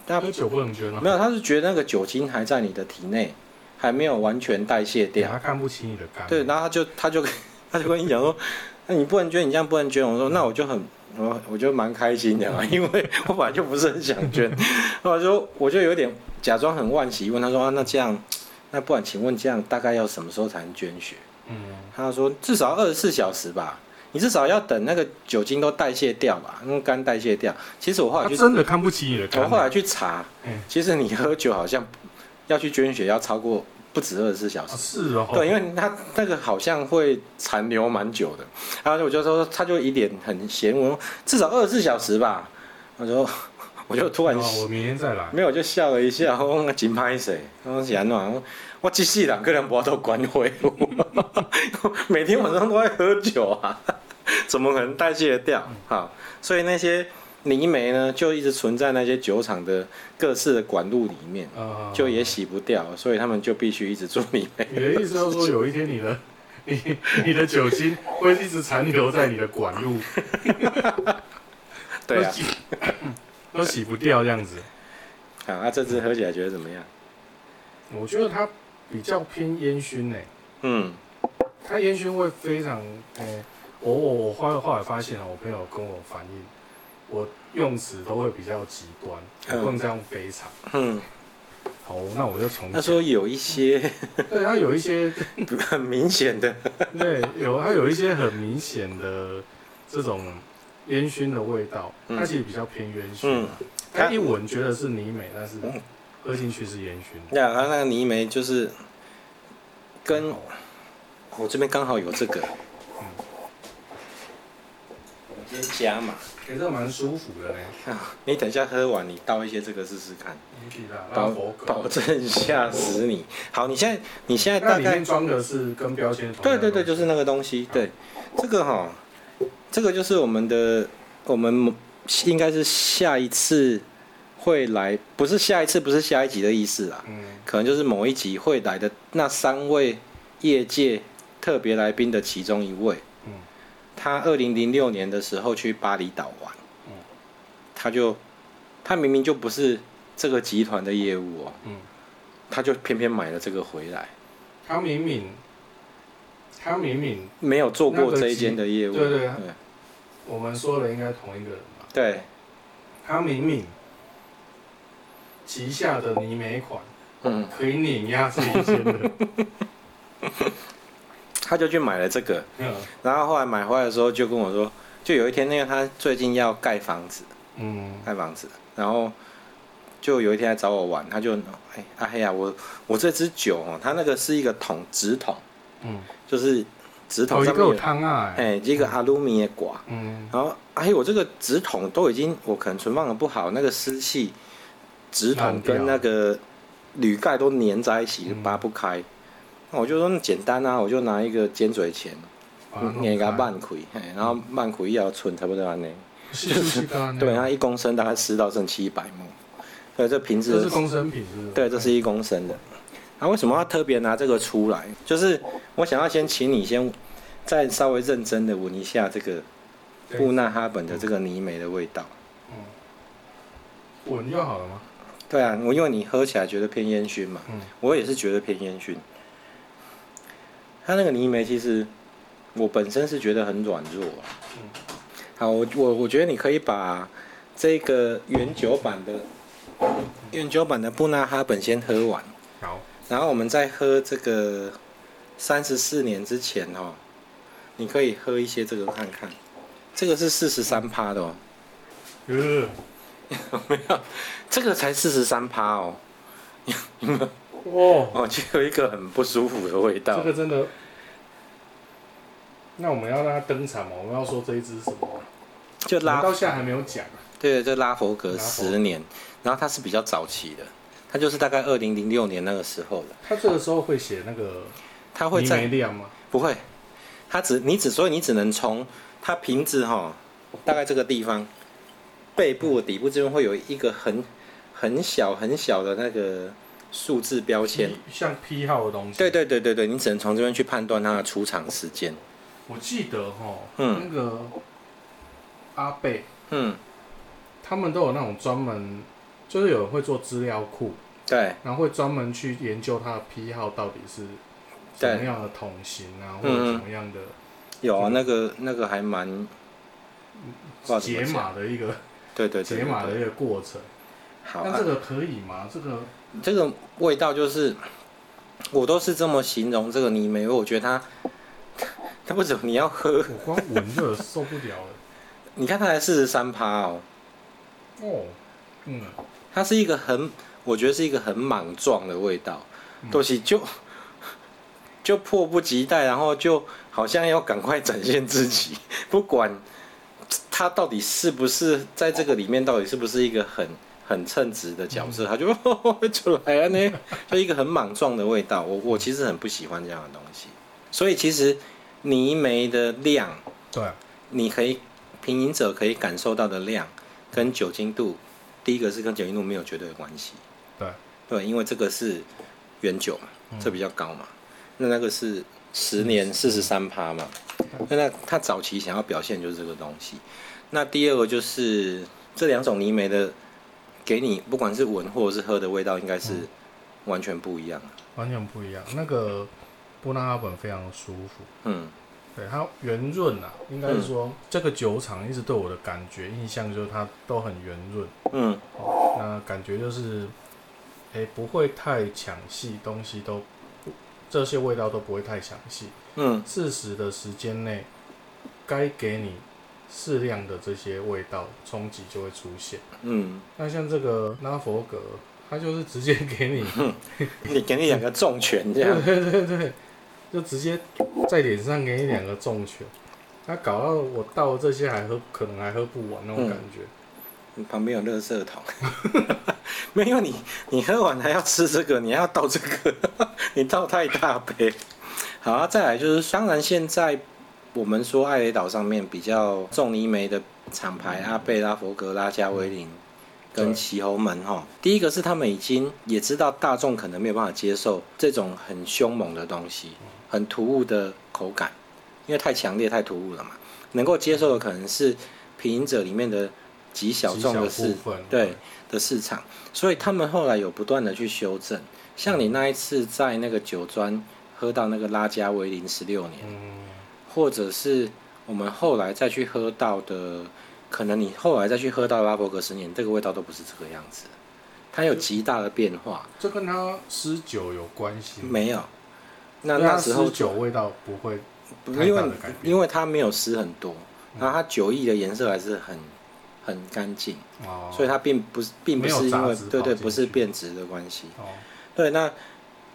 他喝酒不能捐啊？没有，他是觉得那个酒精还在你的体内，还没有完全代谢对，掉。他看不起你的肝，对，，然后他就他就他就跟你 讲说，那你不能捐，你这样不能捐。我说那我就很我我就蛮开心的嘛，因为我本来就不是很想捐。然后我就我就有点假装很惋惜，问他说啊，那这样，那不然请问这样大概要什么时候才能捐血？嗯，他说至少二十四小时吧，你至少要等那个酒精都代谢掉吧，那个肝代谢掉。其实我后来他去真的看不起你的肝我后啊，来去查嗯，其实你喝酒好像要去捐血要超过不止二十四小时啊。是哦，对，因为他那个好像会残留蛮久的，然后我就说，他就一脸很嫌我，至少二十四小时吧。我说， 我就突然啊我明天再来，没有，就笑了一下， 我讲真歹势，我讲是安怎样？我我这世人可能无到关怀我， 每天晚上都在喝酒啊，怎么可能代谢得掉？好，所以那些泥煤呢，就一直存在那些酒厂的各式的管路里面，呃，就也洗不掉，所以他们就必须一直做泥煤。你的意思就是说，有一天你的 你你的酒精会一直残留在你的管路，对都，啊洗 都洗不掉这样子。好，那、这支喝起来觉得怎么样？我觉得它比较偏烟熏欸诶，嗯，它烟熏味非常诶、我我我后来后来发现了，我朋友跟我反映，我用词都会比较极端，我不能这样非常。嗯，好，那我就从他说有一些 对它有一些很明显的，对，有它有一些很明显的这种烟熏的味道，嗯它其实比较偏烟熏、啊。它、它一闻觉得是泥美，但是嗯喝进去是烟熏。对啊，他那个泥煤就是跟好我这边刚好有这个，我先加嘛。其实蛮舒服的呢，你等一下喝完，你倒一些这个试试看，你比啦，拉保佛保格。证吓死你。好，你现在你现在那大里概面装的是跟标签同对样的对对，东西就是那个东西。对，这个哈，这个就是我们的，我们应该是下一次会来，不是下一次，不是下一集的意思啊，嗯，可能就是某一集会来的那三位业界特别来宾的其中一位。嗯他二零零六年的时候去巴厘岛玩，嗯他就他明明就不是这个集团的业务哦，嗯，他就偏偏买了这个回来，他明明他明明没有做那过个集这一间的业务，对对我们说的应该同一个人吧？对他明明旗下的泥美款嗯，可以碾压这一间的， 他就去买了这个，嗯然后后来买回来的时候就跟我说，就有一天，因为他最近要盖房子，嗯，盖房子，然后就有一天来找我玩，他就哎阿黑呀，我我这支酒哦，它那个是一个桶直桶，嗯就是纸筒头一上个面有有，汤啊、欸，哎，这个阿鲁米的挂，嗯，然后哎呦，我这个纸筒都已经我可能存放的不好，那个湿气，纸筒跟那个铝盖都粘在一起，嗯拔不开。那我就说那简单啊，我就拿一个尖嘴钳，哦把它弄给它开慢开，嘿然后慢开要存差不多安尼，是不是刚刚那对，样它一公升大概湿到剩七百目，所以这瓶这子是公升品是不是？哎对，这是一公升的。那、为什么要特别拿这个出来？就是我想要先请你先再稍微认真的闻一下这个对布纳哈本的这个泥煤的味道。稳就好了吗？对啊，我因为你喝起来觉得偏烟熏嘛，嗯我也是觉得偏烟熏。它那个泥煤其实我本身是觉得很软弱、啊。嗯好，我我我觉得你可以把这个原酒版的原酒版的布纳哈本先喝完。好，然后我们再喝这个三十四年之前哦，你可以喝一些这个看看，这个是四十三趴的哦，呃，这个才四十三趴哦，哦，哦，就有一个很不舒服的味道这。个真的。那我们要让它登场吗？我们要说这一支什么？就我们拉到现在还没有讲。对，就拉佛格拉佛十年，然后它是比较早期的，它就是大概二零零六年那个时候的，他这个时候会写那个它会你在没亮吗？不会，它只你只所以你只能从它瓶子哈、大概这个地方背部底部这边会有一个很很小很小的那个数字标签。像 P 号的东西。对，对对对对，你只能从这边去判断它的出厂时间。我记得哈，嗯那个阿贝嗯，他们都有那种专门，就是有人会做资料库，对，然后会专门去研究它的 P 号到底是对什么样的桶型嗯啊，或者什么样的有啊，嗯那个那个还蛮，不知道解怎么讲码的一个对嗯对对解码的对一个过程。好，那啊这个可以吗？这个这个味道就是，我都是这么形容这个泥煤，因为我觉得它，它不止你要喝，我光闻就有受不了了。你看它才四十三趴哦，哦，嗯，它是一个很，我觉得是一个很莽撞的味道，嗯东西就 就迫不及待，然后就好像要赶快展现自己， 不管他到底是不是在这个里面，到底是不是一个很很称职的角色，他就就 来了呢，就一个很莽撞的味道。我我其实很不喜欢这样的东西，所以其实泥煤的量，对，啊你可以品饮者可以感受到的量跟酒精度，第一个是跟酒精度没有绝对的关系。对，啊对，因为这个是原酒嘛，嗯这比较高嘛。那那个是十年四十三趴嘛，那那他早期想要表现就是这个东西。那第二个就是这两种泥煤的，给你不管是闻或者是喝的味道，应该是完全不一样的。完全不一样。那个布纳哈本非常舒服。嗯对它圆润啊，应该是说、这个酒厂一直对我的感觉印象就是它都很圆润，嗯哦，那感觉就是，哎、不会太抢戏，东西都不这些味道都不会太抢戏，嗯适时的时间内，该给你适量的这些味道冲击就会出现。嗯，那像这个拉佛格，它就是直接给你，你给你两个重拳 这样对，对对对，就直接在脸上给你两个重拳，他搞到我倒这些还喝，可能还喝不完那种感觉。嗯你旁边有垃圾桶，没有你，你喝完还要吃这个，你还要倒这个， 你倒太大杯。好啊，再来就是，当然现在我们说艾雷岛上面比较重泥煤的厂牌，阿贝拉、佛格拉、加维林跟对奇侯门哈。第一个是他们已经也知道大众可能没有办法接受这种很凶猛的东西，很突兀的口感，因为太强烈、太突兀了嘛。能够接受的可能是品饮者里面的极小众的极小市部分，对的市场，所以他们后来有不断的去修正。像你那一次在那个酒庄喝到那个拉加维林十六年，嗯，或者是我们后来再去喝到的，可能你后来再去喝到拉伯格十年，这个味道都不是这个样子，它有极大的变化。这跟他施酒有关系吗。没有，那对它那时候施酒味道不会，太因大嗯的为改变因为它没有湿很多，然后它酒液的颜色还是很很干净，哦，所以它并不是并不没有是因杂为质对跑对进不是去变质的关系。哦，对，那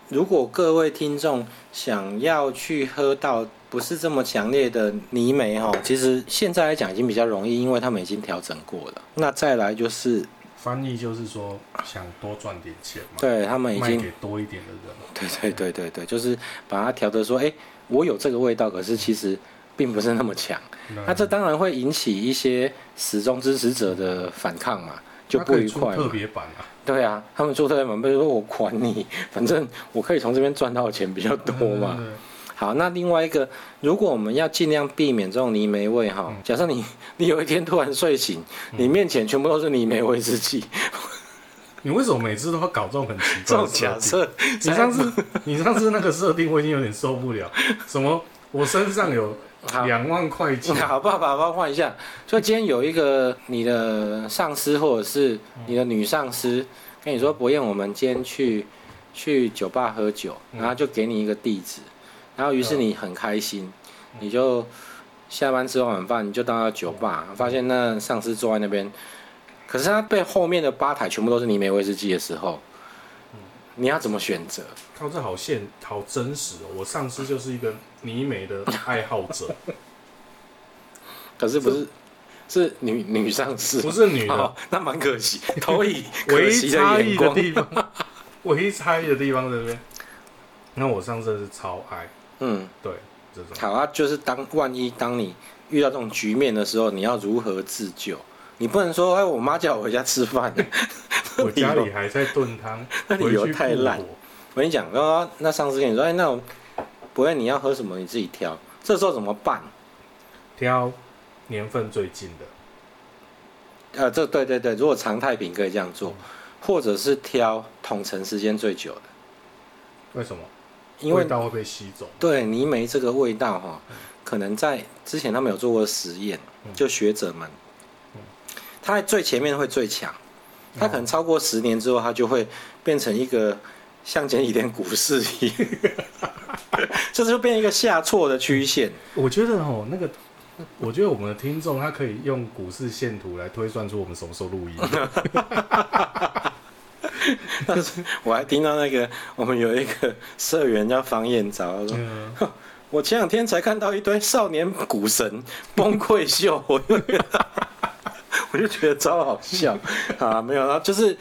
如果各位听众想要去喝到不是这么强烈的泥煤哈，其实现在来讲已经比较容易，因为他们已经调整过了。那再来就是翻译就是说想多赚点钱嘛，，对他们已卖经给多一点的人，对对对对对，就是把它调的说，哎、我有这个味道，可是其实并不是那么强。那、那这当然会引起一些始终支持者的反抗嘛，就那不可以愉出快特嘛。别版啊，对啊，他们做特别版，比如说我管你，反正我可以从这边赚到的钱比较多嘛。对对对好，那另外一个，如果我们要尽量避免这种泥煤味哈，假设你 你有一天突然睡醒，你面前全部都是泥煤威士忌，你为什么每次都要搞这种很奇这怪种的假设定？ 设，你上次 你上次那个设定我已经有点受不了，什么我身上有好两万块钱， 好，爸爸，帮我换一下。就今天有一个你的上司或者是你的女上司跟你说，博彦，我们今天去去酒吧喝酒，嗯然后就给你一个地址，然后于是你很开心，你就下班吃完晚饭，你就到酒吧，发现那上司坐在那边，可是他被后面的吧台全部都是泥煤威士忌的时候，你要怎么选择？靠，这好现好真实哦！我上次就是一个泥美的爱好者，可是不是是女女上司不是 女的哦，，那蛮 可惜，投以可啊唯惜一差眼异的光。地方， 唯一差异的地方在这边。那我上次是超爱嗯，对这种，好啊，就是当万一当你遇到这种局面的时候，你要如何自救？你不能说，哎，我妈叫我回家 吃饭。我家里还在炖汤， 那理回由去太烂补火我跟你讲，哦，那上司跟你说，哎，那我不会，你要喝什么你自己挑。这时候怎么办？挑年份最近的，呃，这对对对，如果常态品可以这样做，或者是挑统城时间最久的，为什么？因为味道会被吸走。对泥煤这个味道哈、可能在之前他们有做过实验，嗯就学者们嗯，它最前面会最强，它可能超过十年之后，它就会变成一个像前几天股市一样，这就变一个下挫的曲线。我觉得哦，那个，我觉得我们的听众他可以用股市线图来推算出我们什么时候 录音。但是我还听到那个我们有一个社员叫方燕昭，他说嗯，我前两天才看到一堆少年股神崩溃秀， 我就我就觉得超好笑啊！没有啦，就是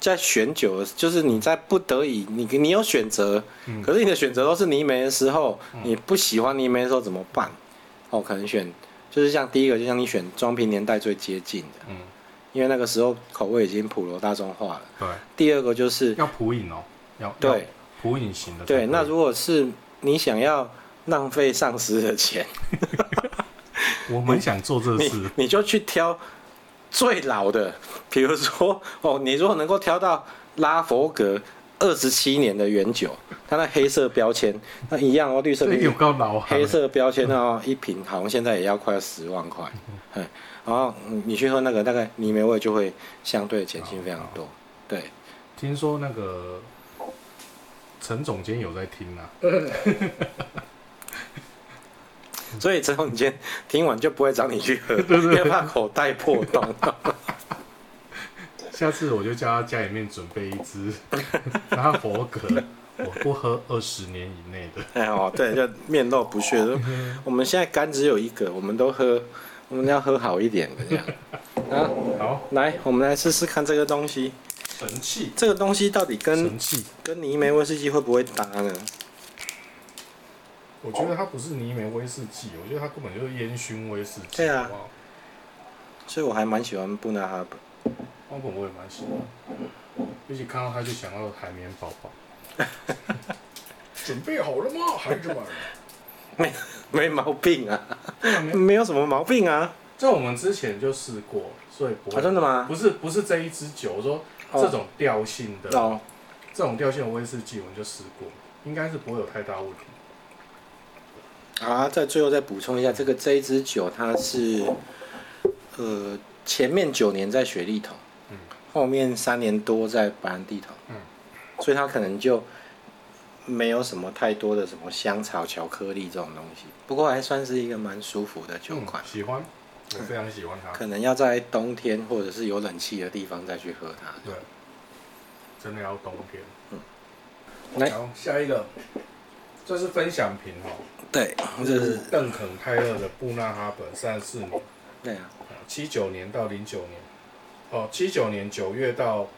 在选酒，就是你在不得已，你你有选择，嗯可是你的选择都是泥煤的时候，你不喜欢泥煤的时候怎么办？哦，可能选就是像第一个，就像你选装瓶年代最接近的，嗯，因为那个时候口味已经普罗大众化了。对，第二个就是要普饮哦，要对，要普饮型的才可以。对，那如果是你想要浪费上司的钱。我蛮想做这你事，你就去挑最老的，比如说哦，你如果能够挑到拉佛格二十七年的原酒，它那黑色标签，那一样哦，绿色这标有签，够老啊，黑色标签哦，一瓶好像现在也要快要十万块，嗯，然后嗯你去喝那个，大概泥煤味就会相对减轻非常多，对，听说那个陈总监有在听啊，所以之后你今天听完就不会找你去喝，因为怕口袋破洞。下次我就叫他家里面准备一 支拉佛格，我不喝二十年以内的。哎哦，对，就面露不屑 说，我们现在肝只有一个，我们都喝，我们要喝好一点的这样。啊，好，来，我们来试试看这个东西，神器，这个东西到底跟神器，跟泥煤威士忌会不会搭呢？我觉得它不是泥煤威士忌，我觉得它根本就是烟熏威士忌。对啊好不好所以我还蛮喜欢布纳哈本。花本我也蛮喜欢，尤其看到它就想到海绵宝宝。准备好了吗，孩子们？没没毛病啊，对啊没有 没有什么毛病啊。 这我们之前就试过，所以不啊，会真的吗？不是不是这一支酒，我说哦这种调性的、哦，这种调性的威士忌，我们就试过，应该是不会有太大问题。啊，在最后再补充一下，这个这一支酒它是，呃，前面九年在雪莉桶，嗯后面三年多在白兰地桶，嗯所以它可能就没有什么太多的什么香草、巧克力这种东西，不过还算是一个蛮舒服的酒款嗯，，喜欢，我非常喜欢它。可能要在冬天或者是有冷气的地方再去喝它。对，真的要冬天。嗯来好，下一个，这是分享品哦，对，这是邓肯泰勒的《布纳哈本》三四年，对啊，七九年到零九年，哦，七九年九月到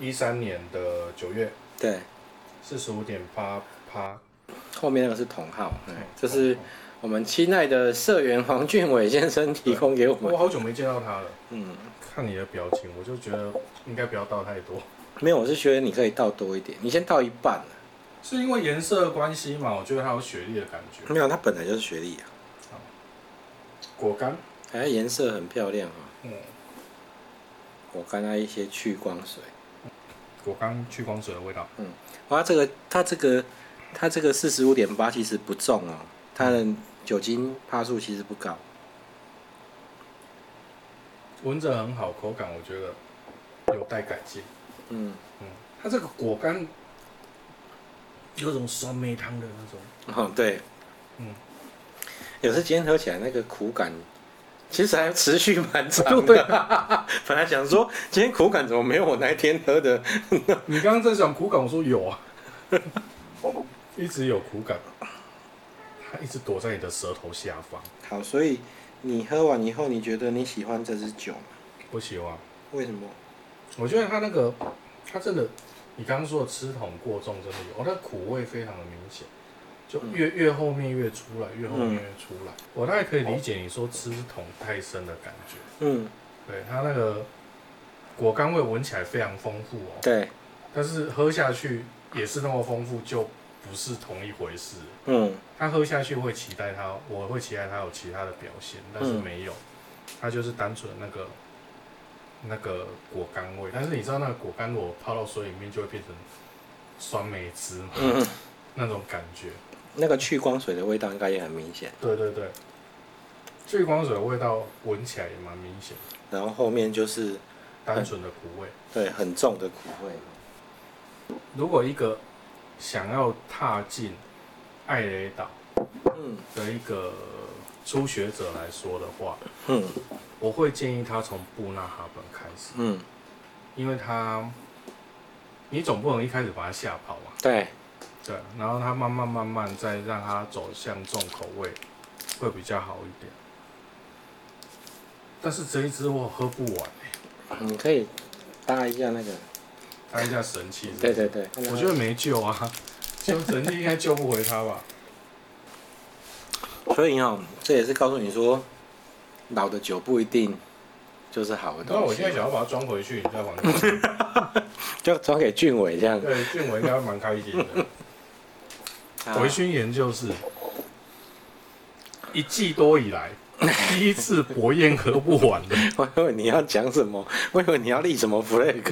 一三年的九月，对，四十五点八趴，后面那个是同号，对，这是我们亲爱的社员黄俊伟先生提供给我们哦我。好久没见到他了。嗯，看你的表情，我就觉得应该不要倒太多，没有，我是觉得你可以倒多一点，你先倒一半啊是因为颜色的关系嘛？我觉得它有雪莉的感觉，没有，它本来就是学历啊，果干，哎，颜色很漂亮啊、嗯，我刚刚一些去光水，果干去光水的味道，哇，这个它这个它这个四十五点八其实不重哦，它的酒精帕数其实不高，闻着很好，口感我觉得有待改进。嗯，嗯，它这个果干有种酸梅汤的那种，哦对，嗯，有时今天喝起来那个苦感。其实还持续蛮长的， 本来想说今天苦感怎么没有我那一天喝的，你刚刚在讲苦感，我说有啊，一直有苦感，它一直躲在你的舌头下方，好，所以你喝完以后，你觉得你喜欢这支酒吗？不喜欢。为什么？我觉得它那个，它真的，你刚刚说的吃桶过重真的有，哦，它苦味非常的明显，就越越后面越出来，越后面越出来。我大概可以理解你说吃桶太深的感觉，嗯，对它那个果干味闻起来非常丰富哦，对，但是喝下去也是那么丰富，就不是同一回事。嗯它喝下去会期待它，我会期待它有其他的表现，但是没有，它就是单纯那个那个果干味。但是你知道那个果干，我泡到水里面就会变成酸梅汁嘛，嗯，那种感觉。那个去光水的味道应该也很明显，对对对，聚光水的味道闻起来也蛮明显，然后后面就是单纯的苦味。对很重的苦味。如果一个想要踏进艾雷岛嗯的一个初学者来说的话，嗯我会建议他从布纳哈本开始。嗯，因为他，你总不能一开始把他吓跑嘛，对，对，然后他慢慢慢慢再让他走向重口味，会比较好一点。但是这一支我喝不完、欸，你可以搭一下那个，他一下神器是不对是对对，我觉得没救啊， 就神器应该救不回他 吧。所以哦，这也是告诉你说，老的酒不一定就是好的那东我西现在，想要把它装回去，你再还给我。 就转给俊伟这样。对，俊伟应该蛮开心的。啊微醺研究室一季多以来第一次博宴喝不完 的。我以为你要讲什么， 我以为你要立什么 flag，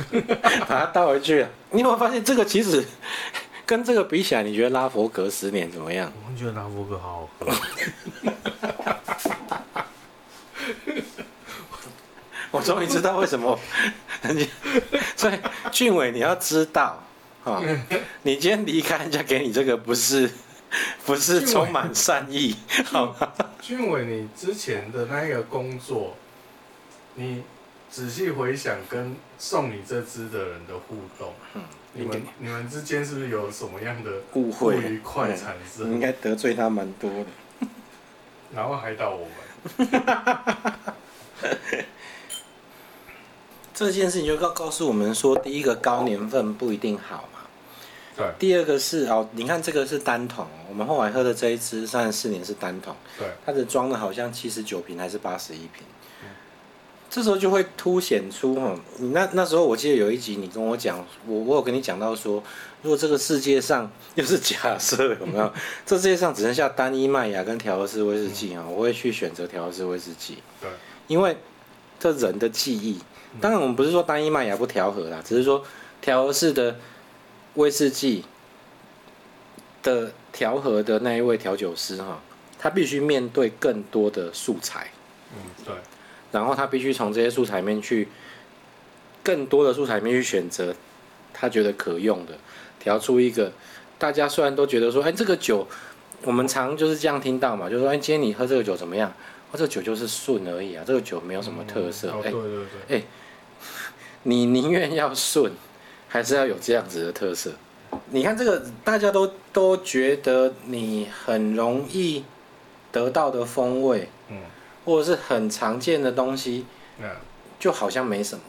把 它倒回去。啊你有没有发现这个其实 跟这个比起来，你觉得拉佛格十年怎么样？我觉得拉夫哥好好喝，我终于知道为什么 人家，所以俊伟你要知道啊、哦，你今天离开人家给你这个不是 不是俊伟充满善意，好吗？俊伟，你之前的那个工作，你仔细回想跟送你这支的人的互动，你们你们之间是不是有什么样的误会不愉快产你应生？该得罪他蛮多的。然后害到我们，这件事情就告告诉我们说，第一个高年份不一定好嘛。对第二个是哦，你看这个是单桶，我们后来喝的这一支三十四年是单桶，对，它的装的好像七十九瓶还是八十一瓶嗯，这时候就会凸显出哈，你那那时候我记得有一集你跟我讲，我我有跟你讲到说，如果这个世界上又是假设有没有，这世界上只剩下单一麦芽跟调和式威士忌啊，我会去选择调和式威士忌，对，因为这人的记忆，当然我们不是说单一麦芽不调和啦，只是说调和式的威士忌的调和的那一位调酒师哈，他必须面对更多的素材，嗯，对，然后他必须从这些素材里面去更多的素材里面去选择他觉得可用的，调出一个大家虽然都觉得说，哎，这个酒我们常就是这样听到嘛，就说，哎，今天你喝这个酒怎么样？哦，这个酒就是顺而已啊，这个酒没有什么特色。嗯哦，哎、对对对，你宁愿要顺，还是要有这样子的特色？你看这个，大家都都觉得你很容易得到的风味，嗯，或者是很常见的东西，嗯就好像没什么。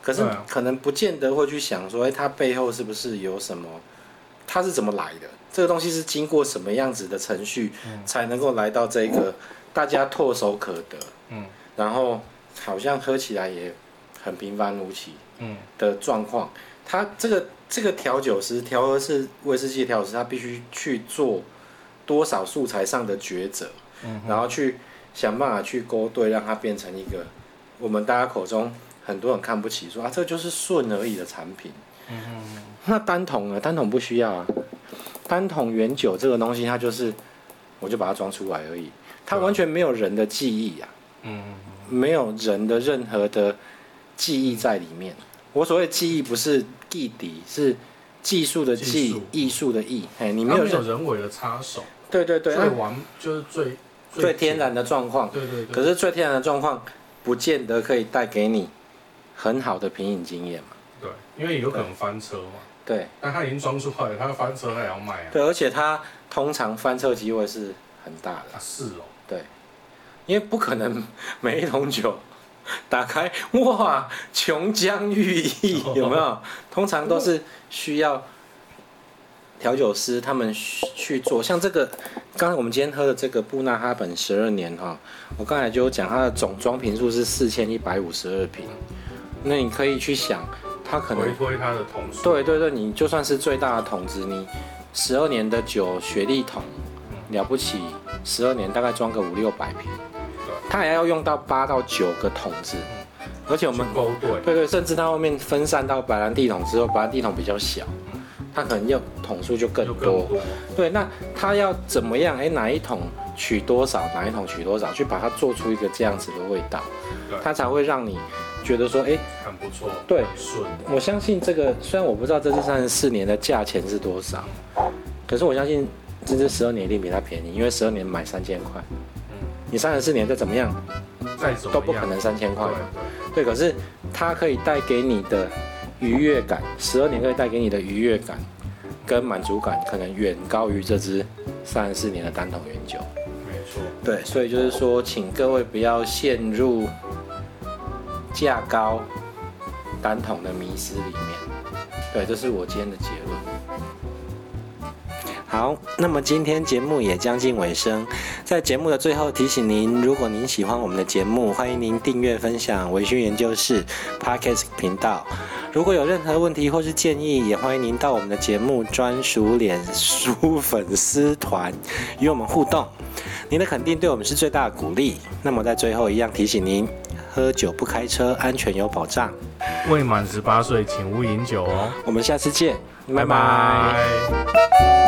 可是对啊可能不见得会去想说，哎、它背后是不是有什么？它是怎么来的？这个东西是经过什么样子的程序，嗯才能够来到这个大家唾手可得，嗯然后好像喝起来也很平凡无奇。嗯的状况，他这个这个调酒师、调和式威士忌调酒师，他必须去做多少素材上的抉择，嗯然后去想办法去勾兑，让它变成一个我们大家口中很多人看不起说啊，这就是顺而已的产品。嗯那单桶呢？单桶不需要啊，单桶原酒这个东西，它就是我就把它装出来而已，它对啊完全没有人的记忆啊。嗯没有人的任何的记忆在里面。我所谓记忆不是地底，是技术的技技术，艺术的艺。哎，你嗯，没它有没有任人为的插手，对对对，最那完就是最最天，然的状况。对对对，可是最天然的状况，不见得可以带给你很好的品饮经验嘛。对，因为有可能翻车嘛，对但它已经装出来了，它翻车它也要卖啊，对，而且它通常翻车机会是很大的，啊是哦，因为不可能 每一桶酒。打开哇，琼浆玉液有没有？通常都是需要调酒师他们去去做，像这个，刚才我们今天喝的这个布纳哈本十二年哈，我刚才就有讲它的总装瓶数是四千一百五十二瓶，那你可以去想，它可能回推它的同事，对对对，你就算是最大的桶子，你十二年的酒雪莉桶，了不起，十二年大概装个五六百瓶，它也要用到八到九个桶子，而且我去们勾兑，对对，甚至它后面分散到白兰地桶之后，白兰地桶比较小，它可能要桶数就更就更多。对，那它要怎么样？哎，哪一桶取多少，哪一桶取多少，去把它做出一个这样子的味道对，它才会让你觉得说，哎，很不错，对很顺，我相信这个，虽然我不知道这支三十四年的价钱是多少，可是我相信这支十二年一定比它便宜，因为十二年买三千块，嗯，你三十四年再怎么样再怎么样都不可能三千块对嘛。对，可是它可以带给你的愉悦感，十二年可以带给你的愉悦感跟满足感，可能远高于这支三十四年的单桶原酒。对，没错，对，所以就是说，请各位不要陷入价高单桶的迷失里面。对，这是我今天的结论。好，那么今天节目也将近尾声，在节目的最后提醒您，如果您喜欢我们的节目，欢迎您订阅、分享维讯研究室 Podcast 频道。如果有任何问题或是建议，也欢迎您到我们的节目专属脸书粉丝团与我们互动。您的肯定对我们是最大的鼓励。那么在最后一样提醒您，喝酒不开车，安全有保障。未满十八岁请勿饮酒哦，我们下次见，拜拜。拜拜